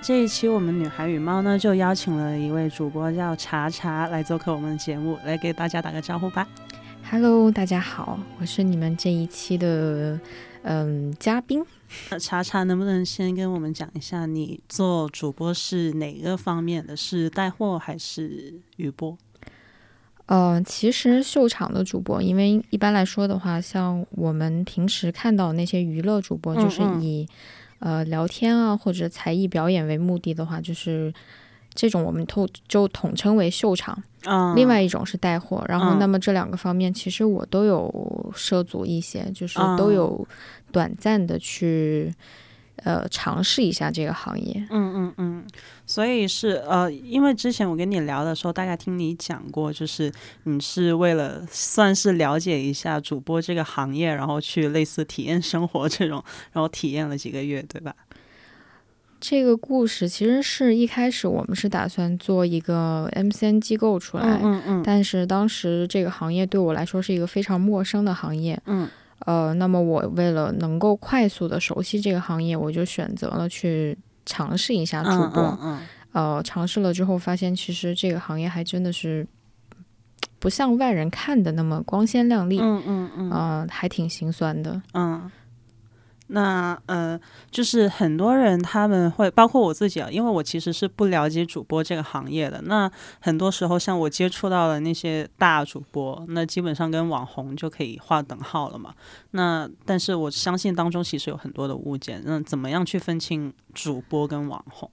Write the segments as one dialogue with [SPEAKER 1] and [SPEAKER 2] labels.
[SPEAKER 1] 这一期我们《女孩与猫》呢，就邀请了一位主播叫茶茶来做客我们的节目，来给大家打个招呼吧。
[SPEAKER 2] Hello，大家好，我是你们这一期的嗯嘉宾。
[SPEAKER 1] 那茶茶能不能先跟我们讲一下，你做主播是哪个方面的？是带货还是语播？
[SPEAKER 2] 呃，其实秀场的主播，因为一般来说的话，像我们平时看到那些娱乐主播，
[SPEAKER 1] 嗯
[SPEAKER 2] 就是以呃聊天啊或者才艺表演为目的的话，就是这种我们统就统称为秀场。
[SPEAKER 1] 嗯，
[SPEAKER 2] 另外一种是带货，然后
[SPEAKER 1] 嗯
[SPEAKER 2] 那么这两个方面，其实我都有涉足一些，就是
[SPEAKER 1] 嗯
[SPEAKER 2] 都有短暂的去呃尝试一下这个行业。
[SPEAKER 1] 嗯嗯嗯，所以是呃，因为之前我跟你聊的时候，大概听你讲过，就是你是为了算是了解一下主播这个行业，然后去类似体验生活这种，然后体验了几个月，对吧？
[SPEAKER 2] 这个故事其实是一开始我们是打算做一个 MCN 机构出来，
[SPEAKER 1] 嗯嗯
[SPEAKER 2] 但是当时这个行业对我来说是一个非常陌生的行业。
[SPEAKER 1] 嗯
[SPEAKER 2] 呃，那么我为了能够快速的熟悉这个行业，我就选择了去尝试一下
[SPEAKER 1] 嗯
[SPEAKER 2] 主
[SPEAKER 1] 嗯
[SPEAKER 2] 播。
[SPEAKER 1] 嗯嗯，
[SPEAKER 2] 呃，尝试了之后发现，其实这个行业还真的是不像外人看的那么光鲜亮丽，
[SPEAKER 1] 嗯嗯嗯
[SPEAKER 2] 呃，还挺心酸的。
[SPEAKER 1] 嗯，那呃，就是很多人他们会，包括我自己啊，因为我其实是不了解主播这个行业的。那很多时候，像我接触到的那些大主播，那基本上跟网红就可以划等号了嘛。那但是我相信当中其实有很多的误解，那怎么样去分清主播跟网红？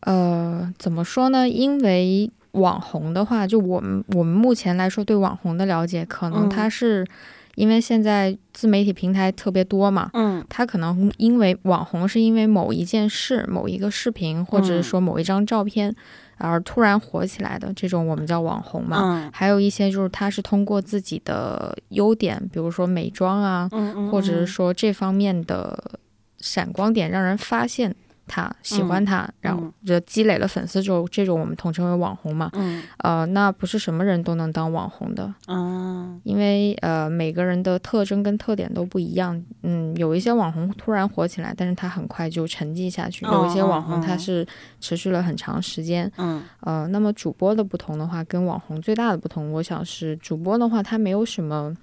[SPEAKER 2] 呃，怎么说呢？因为网红的话，就我们我们目前来说对网红的了解，可能
[SPEAKER 1] 嗯
[SPEAKER 2] 他是因为现在自媒体平台特别多嘛，
[SPEAKER 1] 嗯
[SPEAKER 2] 他可能因为网红是因为某一件事、某一个视频，或者是
[SPEAKER 1] 嗯
[SPEAKER 2] 说某一张照片而突然火起来的，这种我们叫网红嘛。
[SPEAKER 1] 嗯
[SPEAKER 2] 还有一些就是他是通过自己的优点，比如说美妆啊，
[SPEAKER 1] 嗯，
[SPEAKER 2] 或者是说这方面的闪光点，让人发现他喜
[SPEAKER 1] 嗯
[SPEAKER 2] 欢他，然后就积累了粉丝之后，这种我们统称为网红嘛。
[SPEAKER 1] 嗯
[SPEAKER 2] 呃，那不是什么人都能当网红的，
[SPEAKER 1] 嗯
[SPEAKER 2] 因为呃每个人的特征跟特点都不一样。嗯，有一些网红突然火起来，但是他很快就沉寂下去；
[SPEAKER 1] 哦
[SPEAKER 2] 有一些网红
[SPEAKER 1] 哦哦
[SPEAKER 2] 他是持续了很长时间。
[SPEAKER 1] 嗯
[SPEAKER 2] 呃，那么主播的不同的话，跟网红最大的不同，我想是主播的话，它没有什么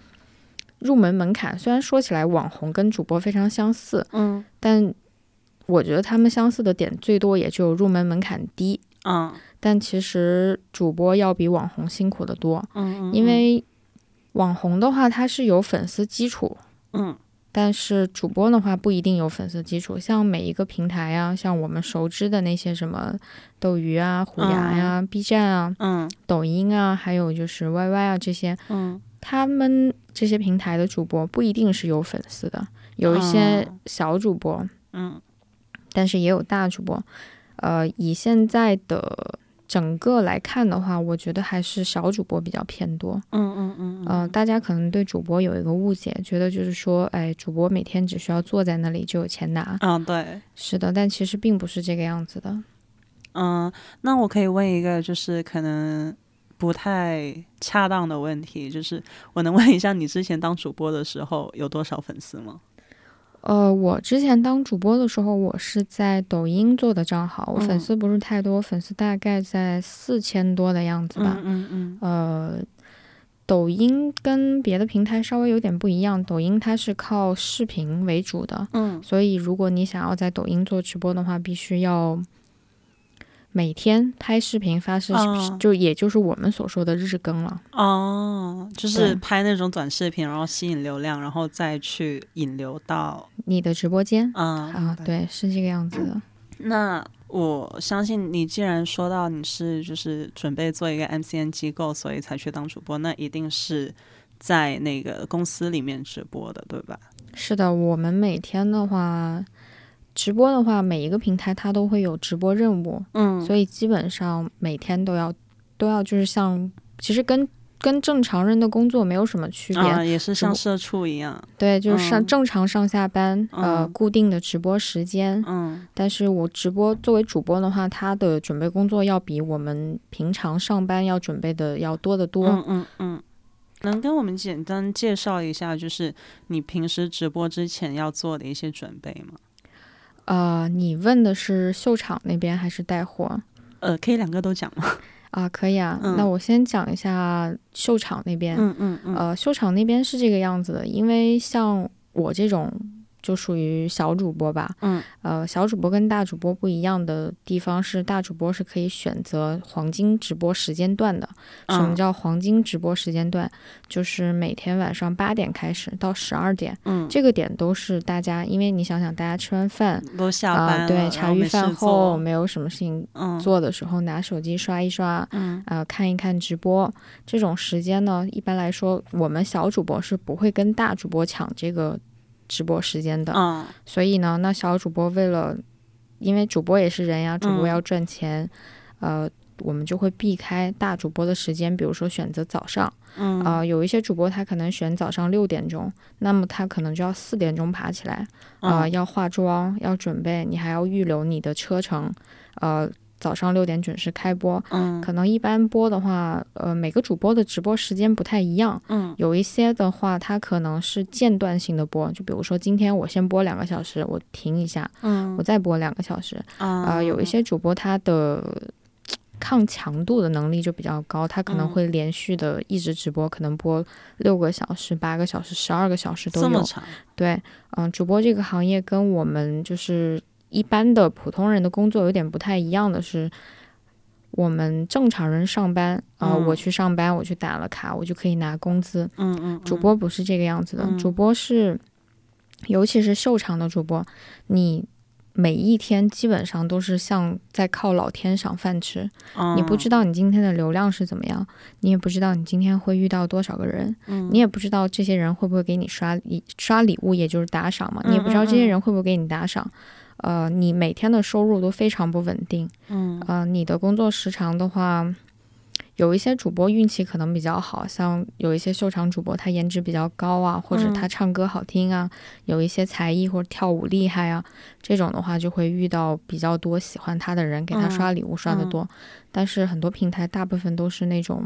[SPEAKER 2] 入门门槛。虽然说起来网红跟主播非常相似，
[SPEAKER 1] 嗯
[SPEAKER 2] 但我觉得他们相似的点最多也只有入门门槛低。
[SPEAKER 1] 嗯
[SPEAKER 2] 但其实主播要比网红辛苦得多，
[SPEAKER 1] 嗯，
[SPEAKER 2] 因为网红的话，它是有粉丝基础，
[SPEAKER 1] 嗯
[SPEAKER 2] 但是主播的话不一定有粉丝基础，像每一个平台啊，像我们熟知的那些什么斗鱼啊、虎牙呀、B 站啊、
[SPEAKER 1] 嗯
[SPEAKER 2] 抖音啊，还有就是 YY 啊这些，
[SPEAKER 1] 嗯
[SPEAKER 2] 他们这些平台的主播不一定是有粉丝的，有一些
[SPEAKER 1] 哦
[SPEAKER 2] 小主播，
[SPEAKER 1] 嗯
[SPEAKER 2] 但是也有大主播。呃，以现在的整个来看的话，我觉得还是小主播比较偏多。
[SPEAKER 1] 嗯嗯
[SPEAKER 2] 呃，大家可能对主播有一个误解，觉得就是说，哎，主播每天只需要坐在那里就有钱拿。
[SPEAKER 1] 嗯，对。
[SPEAKER 2] 是的，但其实并不是这个样子的。
[SPEAKER 1] 嗯，那我可以问一个，就是可能不太恰当的问题，就是我能问一下，你之前当主播的时候有多少粉丝吗？
[SPEAKER 2] 呃，我之前当主播的时候，我是在抖音做的账号，我粉
[SPEAKER 1] 嗯
[SPEAKER 2] 丝不是太多，我粉丝大概在四千多的样子吧。
[SPEAKER 1] 嗯嗯
[SPEAKER 2] 呃，抖音跟别的平台稍微有点不一样，抖音它是靠视频为主的，
[SPEAKER 1] 嗯
[SPEAKER 2] 所以如果你想要在抖音做直播的话，必须要每天拍视频发视频，
[SPEAKER 1] 哦
[SPEAKER 2] 就也就是我们所说的日更了。
[SPEAKER 1] 嗯，哦，就是
[SPEAKER 2] 对
[SPEAKER 1] 拍那种短视频，然后吸引流量，然后再去引流到
[SPEAKER 2] 你的直播间
[SPEAKER 1] 嗯
[SPEAKER 2] 啊，对，是这个样子的。
[SPEAKER 1] 那我相信你，既然说到你是就是准备做一个 MCN 机构，所以才去当主播，那一定是在那个公司里面直播的，对吧？
[SPEAKER 2] 是的，我们每天的话。直播的话，每一个平台它都会有直播任务，
[SPEAKER 1] 嗯
[SPEAKER 2] 所以基本上每天都要都要就是像，其实跟跟正常人的工作没有什么区别，
[SPEAKER 1] 啊、也是
[SPEAKER 2] 只
[SPEAKER 1] 像
[SPEAKER 2] 不
[SPEAKER 1] 社畜一样。
[SPEAKER 2] 对，就是上、
[SPEAKER 1] 嗯
[SPEAKER 2] 正常上下班，呃，
[SPEAKER 1] 嗯
[SPEAKER 2] 固定的直播时间。
[SPEAKER 1] 嗯
[SPEAKER 2] 但是我直播作为主播的话，他的准备工作要比我们平常上班要准备的要多得多。
[SPEAKER 1] 嗯嗯嗯，能跟我们简单介绍一下，就是你平时直播之前要做的一些准备吗？
[SPEAKER 2] 呃，你问的是秀场那边还是带货？
[SPEAKER 1] 呃，可以两个都讲吗？
[SPEAKER 2] 啊，可以啊。
[SPEAKER 1] 嗯
[SPEAKER 2] 那我先讲一下秀场那边。
[SPEAKER 1] 嗯嗯嗯，
[SPEAKER 2] 呃，秀场那边是这个样子的，因为像我这种就属于小主播吧。
[SPEAKER 1] 嗯。
[SPEAKER 2] 呃，小主播跟大主播不一样的地方是，大主播是可以选择黄金直播时间段的。什么
[SPEAKER 1] 嗯
[SPEAKER 2] 叫黄金直播时间段？就是每天晚上八点开始到十二点，
[SPEAKER 1] 嗯，
[SPEAKER 2] 这个点都是大家，因为你想想，大家吃完饭。
[SPEAKER 1] 都下
[SPEAKER 2] 啊、
[SPEAKER 1] 班了，
[SPEAKER 2] 对，
[SPEAKER 1] 然
[SPEAKER 2] 茶
[SPEAKER 1] 后
[SPEAKER 2] 余
[SPEAKER 1] 没事
[SPEAKER 2] 饭
[SPEAKER 1] 做
[SPEAKER 2] 后，没有什么事情
[SPEAKER 1] 嗯，
[SPEAKER 2] 做的时候拿手机刷一刷，
[SPEAKER 1] 嗯，
[SPEAKER 2] 呃，看一看直播。这种时间呢，一般来说，我们小主播是不会跟大主播抢这个直播时间的。
[SPEAKER 1] 嗯
[SPEAKER 2] 所以呢，那小主播为了，因为主播也是人呀，主播
[SPEAKER 1] 嗯
[SPEAKER 2] 要赚钱，呃，我们就会避开大主播的时间，比如说选择早上。
[SPEAKER 1] 嗯
[SPEAKER 2] 呃，有一些主播他可能选早上六点钟，那么他可能就要四点钟爬起来，呃，
[SPEAKER 1] 嗯
[SPEAKER 2] 要化妆，要准备，你还要预留你的车程，呃，早上六点准时开播。
[SPEAKER 1] 嗯
[SPEAKER 2] 可能一般播的话，呃，每个主播的直播时间不太一样，
[SPEAKER 1] 嗯
[SPEAKER 2] 有一些的话，它可能是间断性的播，就比如说今天我先播两个小时，我停一下，
[SPEAKER 1] 嗯
[SPEAKER 2] 我再播两个小时。
[SPEAKER 1] 啊
[SPEAKER 2] 呃，有一些主播他的嘖抗强度的能力就比较高，他可能
[SPEAKER 1] 嗯
[SPEAKER 2] 会连续的一直直播，可能播六个小时、八个小时、十二个小时都
[SPEAKER 1] 嗯这么
[SPEAKER 2] 有。
[SPEAKER 1] 长，
[SPEAKER 2] 对，嗯、主播这个行业跟我们就是一般的普通人的工作有点不太一样的是。我们正常人上班啊、呃
[SPEAKER 1] 嗯
[SPEAKER 2] 我去上班，我去打了卡，我就可以拿工资。
[SPEAKER 1] 嗯嗯，
[SPEAKER 2] 主
[SPEAKER 1] 嗯
[SPEAKER 2] 播不是这个样子的，
[SPEAKER 1] 嗯
[SPEAKER 2] 主播是，尤其是秀场的主播，你每一天基本上都是像在靠老天赏饭吃，
[SPEAKER 1] 嗯
[SPEAKER 2] 你不知道你今天的流量是怎么样，你也不知道你今天会遇到多少个人，
[SPEAKER 1] 嗯
[SPEAKER 2] 你也不知道这些人会不会给你刷礼刷礼物，也就是打赏嘛，
[SPEAKER 1] 嗯
[SPEAKER 2] 你也不知道这些
[SPEAKER 1] 嗯嗯
[SPEAKER 2] 人会不会给你打赏。呃，你每天的收入都非常不稳定，
[SPEAKER 1] 嗯
[SPEAKER 2] 呃，你的工作时长的话，有一些主播运气可能比较好，像有一些秀场主播，他颜值比较高啊，或者
[SPEAKER 1] 嗯
[SPEAKER 2] 他唱歌好听啊，有一些才艺或者跳舞厉害啊，这种的话就会遇到比较多喜欢他的人，给他
[SPEAKER 1] 嗯
[SPEAKER 2] 刷礼物刷的
[SPEAKER 1] 嗯
[SPEAKER 2] 多。但是很多平台大部分都是那种，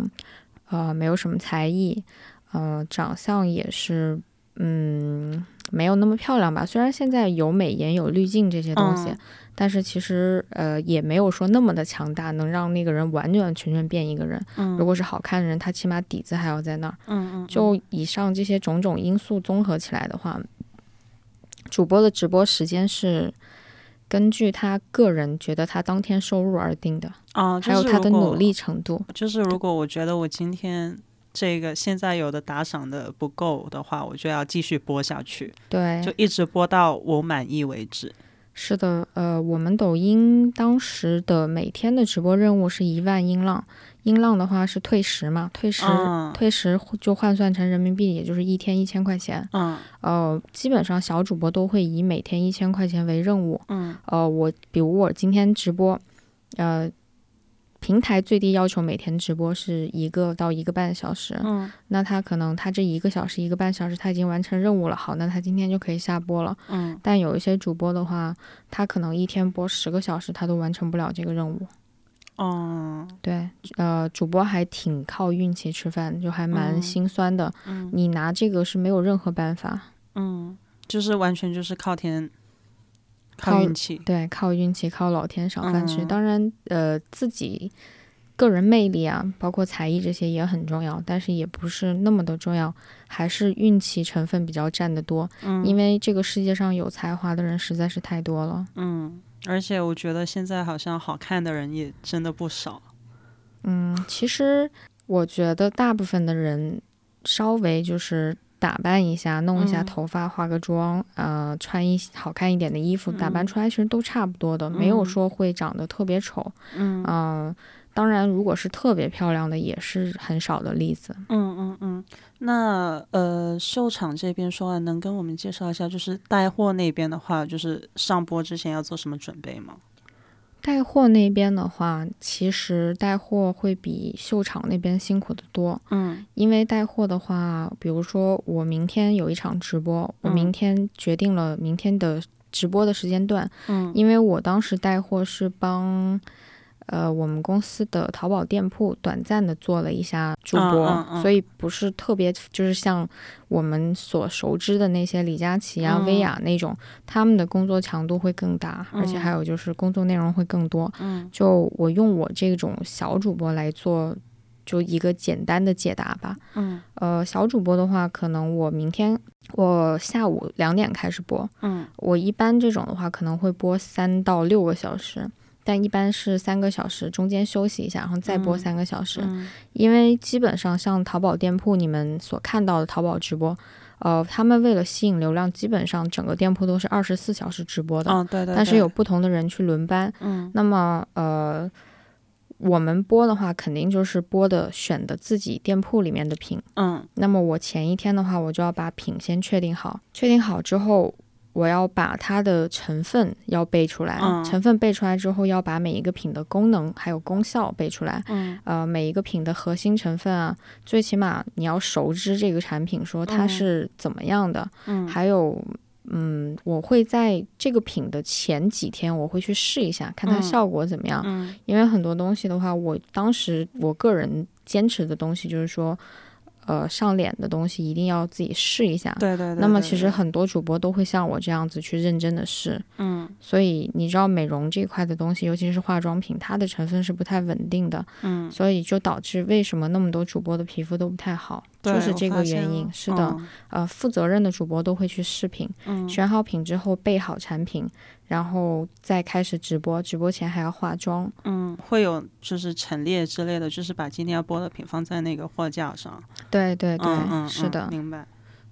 [SPEAKER 2] 呃，没有什么才艺，呃，长相也是，嗯，没有那么漂亮吧。虽然现在有美颜、有滤镜这些东西，
[SPEAKER 1] 嗯
[SPEAKER 2] 但是其实呃也没有说那么的强大，能让那个人完完全全变一个人。
[SPEAKER 1] 嗯，
[SPEAKER 2] 如果是好看的人，他起码底子还要在那儿。
[SPEAKER 1] 嗯嗯
[SPEAKER 2] 就以上这些种种因素综合起来的话，主播的直播时间是。根据他个人觉得他当天收入而定的，
[SPEAKER 1] 啊，就
[SPEAKER 2] 还有
[SPEAKER 1] 是
[SPEAKER 2] 他
[SPEAKER 1] 如
[SPEAKER 2] 的努
[SPEAKER 1] 果
[SPEAKER 2] 力程度。
[SPEAKER 1] 就是如果我觉得我今天这个现在有的打赏的不够的话，我就要继续播下去，
[SPEAKER 2] 对，
[SPEAKER 1] 就一直播到我满意为止。
[SPEAKER 2] 是的，呃，我们抖音当时的每天的直播任务是一万音浪，音浪的话是退十嘛，退十、
[SPEAKER 1] 嗯
[SPEAKER 2] 退十就换算成人民币，也就是一天一千块钱。
[SPEAKER 1] 嗯
[SPEAKER 2] 呃，基本上小主播都会以每天一千块钱为任务。
[SPEAKER 1] 嗯
[SPEAKER 2] 呃，我比如我今天直播，呃，平台最低要求每天直播是一个到一个半小时。
[SPEAKER 1] 嗯
[SPEAKER 2] 那他可能他这一个小时一个半小时他已经完成任务了，好，那他今天就可以下播了。
[SPEAKER 1] 嗯，
[SPEAKER 2] 但有一些主播的话，他可能一天播十个小时，他都完成不了这个任务。
[SPEAKER 1] 哦，
[SPEAKER 2] 对，呃，主播还挺靠运气吃饭，就还蛮
[SPEAKER 1] 嗯
[SPEAKER 2] 心酸的。
[SPEAKER 1] 嗯
[SPEAKER 2] 你拿这个是没有任何办法，
[SPEAKER 1] 嗯，就是完全就是靠天，
[SPEAKER 2] 靠
[SPEAKER 1] 靠运气。
[SPEAKER 2] 对，靠运气，靠老天赏饭吃。
[SPEAKER 1] 嗯
[SPEAKER 2] 当然，呃，自己个人魅力啊，包括才艺这些也很重要，但是也不是那么的重要，还是运气成分比较占得多。
[SPEAKER 1] 嗯
[SPEAKER 2] 因为这个世界上有才华的人实在是太多了。
[SPEAKER 1] 嗯，而且我觉得现在好像好看的人也真的不少。
[SPEAKER 2] 嗯，其实我觉得大部分的人稍微就是打扮一下，弄一下
[SPEAKER 1] 嗯
[SPEAKER 2] 头发，化个妆，呃，穿一好看一点的衣服，打扮
[SPEAKER 1] 嗯
[SPEAKER 2] 出来其实都差不多的，没有
[SPEAKER 1] 嗯
[SPEAKER 2] 说会长得特别丑。
[SPEAKER 1] 嗯
[SPEAKER 2] 嗯、当然，如果是特别漂亮的，也是很少的例子。
[SPEAKER 1] 嗯嗯嗯，那呃，秀场这边说完，啊能跟我们介绍一下，就是带货那边的话，就是上播之前要做什么准备吗？
[SPEAKER 2] 带货那边的话，其实带货会比秀场那边辛苦得多。
[SPEAKER 1] 嗯
[SPEAKER 2] 因为带货的话，比如说我明天有一场直播，我明
[SPEAKER 1] 嗯
[SPEAKER 2] 天决定了明天的直播的时间段，
[SPEAKER 1] 嗯
[SPEAKER 2] 因为我当时带货是帮呃，我们公司的淘宝店铺短暂的做了一下主播，
[SPEAKER 1] 嗯嗯嗯
[SPEAKER 2] 所以不是特别就是像我们所熟知的那些李佳琦
[SPEAKER 1] 嗯
[SPEAKER 2] 啊、薇娅那种，他们的工作强度会更大，而且还有就是工作内容会更多。
[SPEAKER 1] 嗯
[SPEAKER 2] 就我用我这种小主播来做，就一个简单的解答吧。
[SPEAKER 1] 嗯
[SPEAKER 2] 呃，小主播的话，可能我明天我下午两点开始播，
[SPEAKER 1] 嗯
[SPEAKER 2] 我一般这种的话可能会播三到六个小时，但一般是三个小时，中间休息一下，然后再播
[SPEAKER 1] 嗯
[SPEAKER 2] 三个小时。
[SPEAKER 1] 嗯
[SPEAKER 2] 因为基本上像淘宝店铺你们所看到的淘宝直播，呃，他们为了吸引流量，基本上整个店铺都是二十四小时直播的，
[SPEAKER 1] 哦对对对，
[SPEAKER 2] 但是有不同的人去轮班。
[SPEAKER 1] 嗯
[SPEAKER 2] 那么呃，我们播的话，肯定就是播的选的自己店铺里面的品。
[SPEAKER 1] 嗯
[SPEAKER 2] 那么我前一天的话，我就要把品先确定好，确定好之后，我要把它的成分要背出来，
[SPEAKER 1] 嗯
[SPEAKER 2] 成分背出来之后，要把每一个品的功能还有功效背出来。
[SPEAKER 1] 嗯
[SPEAKER 2] 呃，每一个品的核心成分啊，最起码你要熟知这个产品，说它
[SPEAKER 1] 嗯
[SPEAKER 2] 是怎么样的，
[SPEAKER 1] 嗯
[SPEAKER 2] 还有。嗯，我会在这个品的前几天，我会去试一下，看它
[SPEAKER 1] 嗯
[SPEAKER 2] 效果怎么样。
[SPEAKER 1] 嗯
[SPEAKER 2] 因为很多东西的话，我当时我个人坚持的东西就是说，呃，上脸的东西一定要自己试一下。
[SPEAKER 1] 对对对，
[SPEAKER 2] 那么
[SPEAKER 1] 对
[SPEAKER 2] 其实
[SPEAKER 1] 对
[SPEAKER 2] 很多主播都会像我这样子去认真的试，
[SPEAKER 1] 嗯
[SPEAKER 2] 所以你知道美容这块的东西，尤其是化妆品，它的成分是不太稳定的，
[SPEAKER 1] 嗯
[SPEAKER 2] 所以就导致为什么那么多主播的皮肤都不太好，
[SPEAKER 1] 对
[SPEAKER 2] 就是
[SPEAKER 1] 我
[SPEAKER 2] 这
[SPEAKER 1] 发
[SPEAKER 2] 个
[SPEAKER 1] 现嗯
[SPEAKER 2] 原因。
[SPEAKER 1] 了
[SPEAKER 2] 是的，呃，负责任的主播都会去试品，
[SPEAKER 1] 嗯嗯
[SPEAKER 2] 选好品之后备好产品，然后再开始直播，直播前还要化妆，
[SPEAKER 1] 嗯会有就是陈列之类的，就是把今天要播的品放在那个货架上。
[SPEAKER 2] 对对对，
[SPEAKER 1] 嗯嗯
[SPEAKER 2] 是
[SPEAKER 1] 嗯
[SPEAKER 2] 的，
[SPEAKER 1] 明白。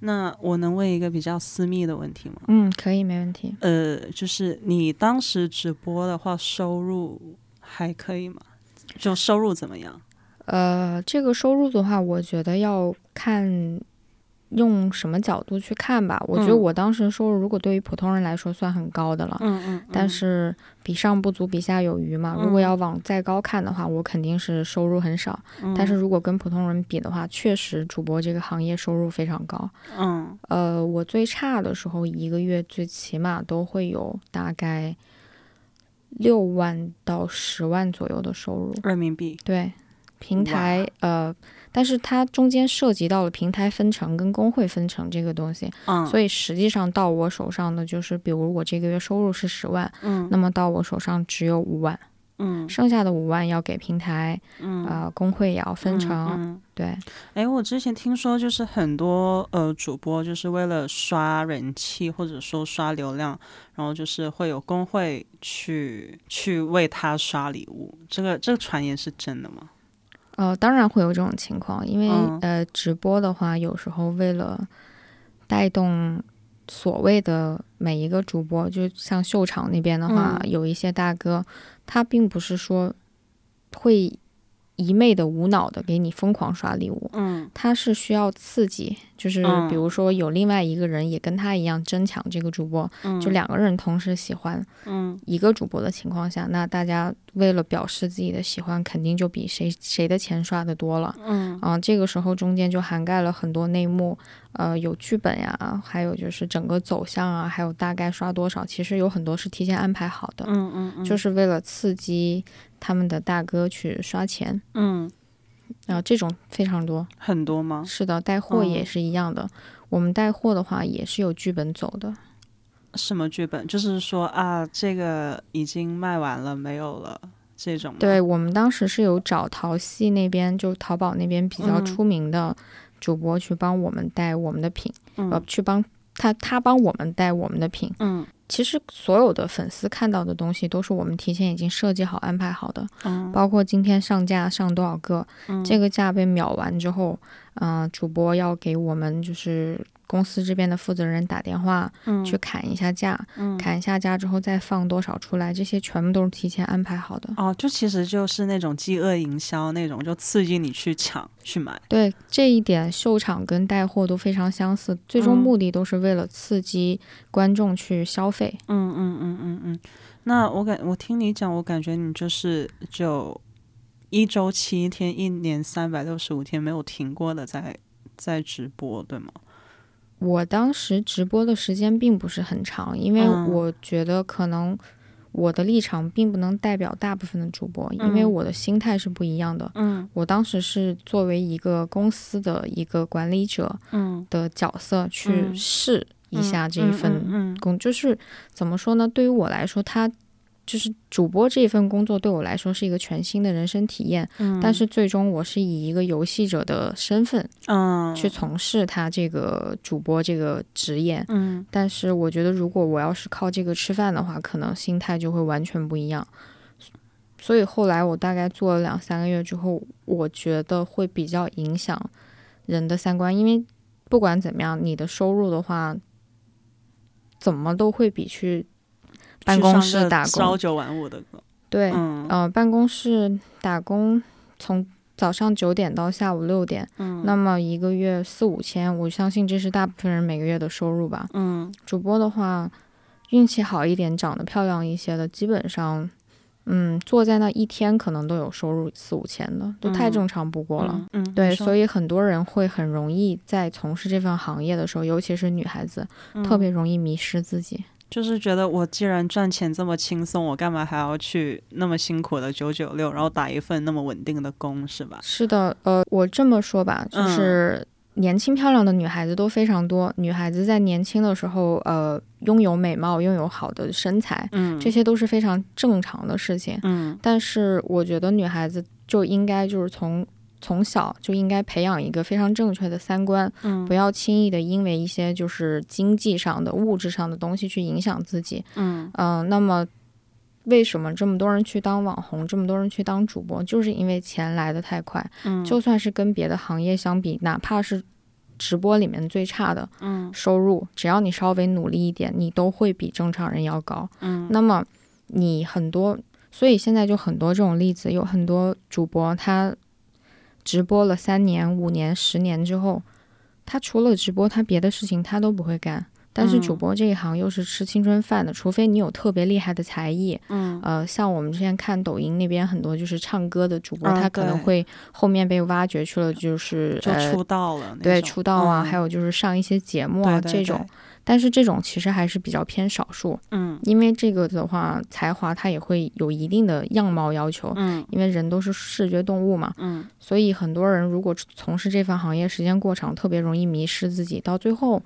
[SPEAKER 1] 那我能问一个比较私密的问题吗？
[SPEAKER 2] 嗯，可以，没问题。
[SPEAKER 1] 呃，就是你当时直播的话，收入还可以吗？就收入怎么样？
[SPEAKER 2] 呃，这个收入的话，我觉得要看用什么角度去看吧。我觉得
[SPEAKER 1] 嗯
[SPEAKER 2] 我当时收入，如果对于普通人来说算很高的了，
[SPEAKER 1] 嗯嗯
[SPEAKER 2] 但是比上不足，比下有余嘛。如果要往再高看的话，我肯定是收入很少。
[SPEAKER 1] 嗯
[SPEAKER 2] 但是如果跟普通人比的话，确实主播这个行业收入非常高。
[SPEAKER 1] 嗯
[SPEAKER 2] 呃，我最差的时候一个月最起码都会有大概六万到十万左右的收入。
[SPEAKER 1] 人民币，
[SPEAKER 2] 对，平
[SPEAKER 1] 哇
[SPEAKER 2] 台呃，但是它中间涉及到了平台分成跟工会分成这个东西，
[SPEAKER 1] 嗯，
[SPEAKER 2] 所以实际上到我手上的就是，比如我这个月收入是十万，
[SPEAKER 1] 嗯
[SPEAKER 2] 那么到我手上只有五万，
[SPEAKER 1] 嗯
[SPEAKER 2] 剩下的五万要给平台，
[SPEAKER 1] 嗯
[SPEAKER 2] 呃，工会也要分
[SPEAKER 1] 嗯
[SPEAKER 2] 成，
[SPEAKER 1] 嗯
[SPEAKER 2] 对，
[SPEAKER 1] 哎，我之前听说，就是很多呃主播，就是为了刷人气或者说刷流量，然后就是会有工会去去为他刷礼物。这个这个传言是真的吗？
[SPEAKER 2] 呃，当然会有这种情况，因为、
[SPEAKER 1] 嗯
[SPEAKER 2] 呃，直播的话，有时候为了带动所谓的每一个主播，就像秀场那边的话，
[SPEAKER 1] 嗯
[SPEAKER 2] 有一些大哥，他并不是说会一昧的无脑的给你疯狂刷礼物，
[SPEAKER 1] 嗯
[SPEAKER 2] 他是需要刺激，就是
[SPEAKER 1] 嗯
[SPEAKER 2] 比如说有另外一个人也跟他一样争抢这个主播，
[SPEAKER 1] 嗯，
[SPEAKER 2] 就两个人同时喜欢
[SPEAKER 1] 嗯
[SPEAKER 2] 一个主播的情况下，那大家为了表示自己的喜欢，肯定就比谁谁的钱刷的多了。
[SPEAKER 1] 嗯
[SPEAKER 2] 啊，这个时候中间就涵盖了很多内幕，呃，有剧本呀，还有就是整个走向啊，还有大概刷多少，其实有很多是提前安排好的，
[SPEAKER 1] 嗯嗯嗯，
[SPEAKER 2] 就是是为了刺激他们的大哥去刷钱
[SPEAKER 1] 嗯
[SPEAKER 2] 啊、这种非常多。
[SPEAKER 1] 很多吗？
[SPEAKER 2] 是的，带货也
[SPEAKER 1] 嗯
[SPEAKER 2] 是一样的，我们带货的话也是有剧本走的。
[SPEAKER 1] 什么剧本？就是说啊，这个已经卖完了，没有了这种吗。
[SPEAKER 2] 对我们当时是有找淘系那边，就淘宝那边比较
[SPEAKER 1] 嗯
[SPEAKER 2] 出名的主播去帮我们带我们的品，呃
[SPEAKER 1] 嗯，
[SPEAKER 2] 去帮他他帮我们带我们的品。
[SPEAKER 1] 嗯
[SPEAKER 2] 其实所有的粉丝看到的东西都是我们提前已经设计好、安排好的，
[SPEAKER 1] 嗯
[SPEAKER 2] 包括今天上架上多少个，
[SPEAKER 1] 嗯，
[SPEAKER 2] 这个价被秒完之后，嗯、主播要给我们就是公司这边的负责人打电话、
[SPEAKER 1] 嗯
[SPEAKER 2] 去砍一下价，
[SPEAKER 1] 嗯
[SPEAKER 2] 砍一下价之后再放多少出来，这些全部都是提前安排好的。
[SPEAKER 1] 哦，就其实就是那种饥饿营销那种，就刺激你去抢去买。
[SPEAKER 2] 对这一点，秀场跟带货都非常相似，最终
[SPEAKER 1] 嗯
[SPEAKER 2] 目的都是为了刺激观众去消费。
[SPEAKER 1] 嗯嗯嗯嗯嗯，那我感我听你讲，我感觉你就是就一周七天，一年三百六十五天没有停过的在在直播，对吗？
[SPEAKER 2] 我当时直播的时间并不是很长，因为
[SPEAKER 1] 嗯
[SPEAKER 2] 我觉得可能我的立场并不能代表大部分的主播，因为
[SPEAKER 1] 嗯
[SPEAKER 2] 我的心态是不一样的。
[SPEAKER 1] 嗯
[SPEAKER 2] 我当时是作为一个公司的一个管理者
[SPEAKER 1] 嗯，
[SPEAKER 2] 的角色去
[SPEAKER 1] 嗯
[SPEAKER 2] 试一下这一份
[SPEAKER 1] 嗯嗯
[SPEAKER 2] 工，就是怎么说呢？对于我来说，它就是主播这一份工作对我来说是一个全新的人生体验，
[SPEAKER 1] 嗯，
[SPEAKER 2] 但是最终我是以一个游戏者的身份
[SPEAKER 1] 嗯
[SPEAKER 2] 去从事他这个主播这个职业。
[SPEAKER 1] 嗯
[SPEAKER 2] 但是我觉得，如果我要是靠这个吃饭的话，可能心态就会完全不一样。所以后来我大概做了两三个月之后，我觉得会比较影响人的三观，因为不管怎么样，你的收入的话，怎么都会比去办公
[SPEAKER 1] 去上
[SPEAKER 2] 室
[SPEAKER 1] 个
[SPEAKER 2] 打
[SPEAKER 1] 朝
[SPEAKER 2] 工
[SPEAKER 1] 九晚五的工，
[SPEAKER 2] 对，
[SPEAKER 1] 嗯
[SPEAKER 2] 呃，办公室打工从早上九点到下午六点，
[SPEAKER 1] 嗯
[SPEAKER 2] 那么一个月四五千，我相信这是大部分人每个月的收入吧。
[SPEAKER 1] 嗯
[SPEAKER 2] 主播的话，运气好一点，长得漂亮一些的，基本上，嗯，坐在那一天可能都有收入四五千的，都太
[SPEAKER 1] 嗯
[SPEAKER 2] 正常不过了。
[SPEAKER 1] 嗯嗯，
[SPEAKER 2] 对，
[SPEAKER 1] 以
[SPEAKER 2] 所以很多人会很容易在从事这份行业的时候，尤其是女孩子，
[SPEAKER 1] 嗯
[SPEAKER 2] 特别容易迷失自己。
[SPEAKER 1] 就是觉得我既然赚钱这么轻松，我干嘛还要去那么辛苦的九九六，然后打一份那么稳定的工，是吧？
[SPEAKER 2] 是的，呃，我这么说吧，就
[SPEAKER 1] 嗯
[SPEAKER 2] 是年轻漂亮的女孩子都非常多。女孩子在年轻的时候，呃，拥有美貌，拥有好的身材，
[SPEAKER 1] 嗯，
[SPEAKER 2] 这些都是非常正常的事情。
[SPEAKER 1] 嗯
[SPEAKER 2] 但是我觉得女孩子就应该就是从从小就应该培养一个非常正确的三观，
[SPEAKER 1] 嗯
[SPEAKER 2] 不要轻易的因为一些就是经济上的、物质上的东西去影响自己。
[SPEAKER 1] 嗯
[SPEAKER 2] 嗯、那么为什么这么多人去当网红，这么多人去当主播，就是因为钱来的太快。
[SPEAKER 1] 嗯，
[SPEAKER 2] 就算是跟别的行业相比，哪怕是直播里面最差的
[SPEAKER 1] 嗯
[SPEAKER 2] 收入，只要你稍微努力一点，你都会比正常人要高。
[SPEAKER 1] 嗯
[SPEAKER 2] 那么你很多，所以现在就很多这种例子，有很多主播他直播了三年、五年、十年之后，他除了直播，他别的事情他都不会干。但是主
[SPEAKER 1] 嗯
[SPEAKER 2] 播这一行又是吃青春饭的，除非你有特别厉害的才艺，
[SPEAKER 1] 嗯
[SPEAKER 2] 呃，像我们之前看抖音那边很多就是唱歌的主播，
[SPEAKER 1] 嗯
[SPEAKER 2] 他可能
[SPEAKER 1] 对
[SPEAKER 2] 会后面被挖掘去了，就是
[SPEAKER 1] 就
[SPEAKER 2] 呃
[SPEAKER 1] 出道了那种，
[SPEAKER 2] 对出道啊，
[SPEAKER 1] 嗯
[SPEAKER 2] 还有就是上一些节目啊
[SPEAKER 1] 对对
[SPEAKER 2] 这种
[SPEAKER 1] 对，
[SPEAKER 2] 但是这种其实还是比较偏少数，
[SPEAKER 1] 嗯
[SPEAKER 2] 因为这个的话，才华它也会有一定的样貌要求，
[SPEAKER 1] 嗯
[SPEAKER 2] 因为人都是视觉动物嘛，
[SPEAKER 1] 嗯
[SPEAKER 2] 所以很多人如果从事这份行业时间过长，特别容易迷失自己，到最后。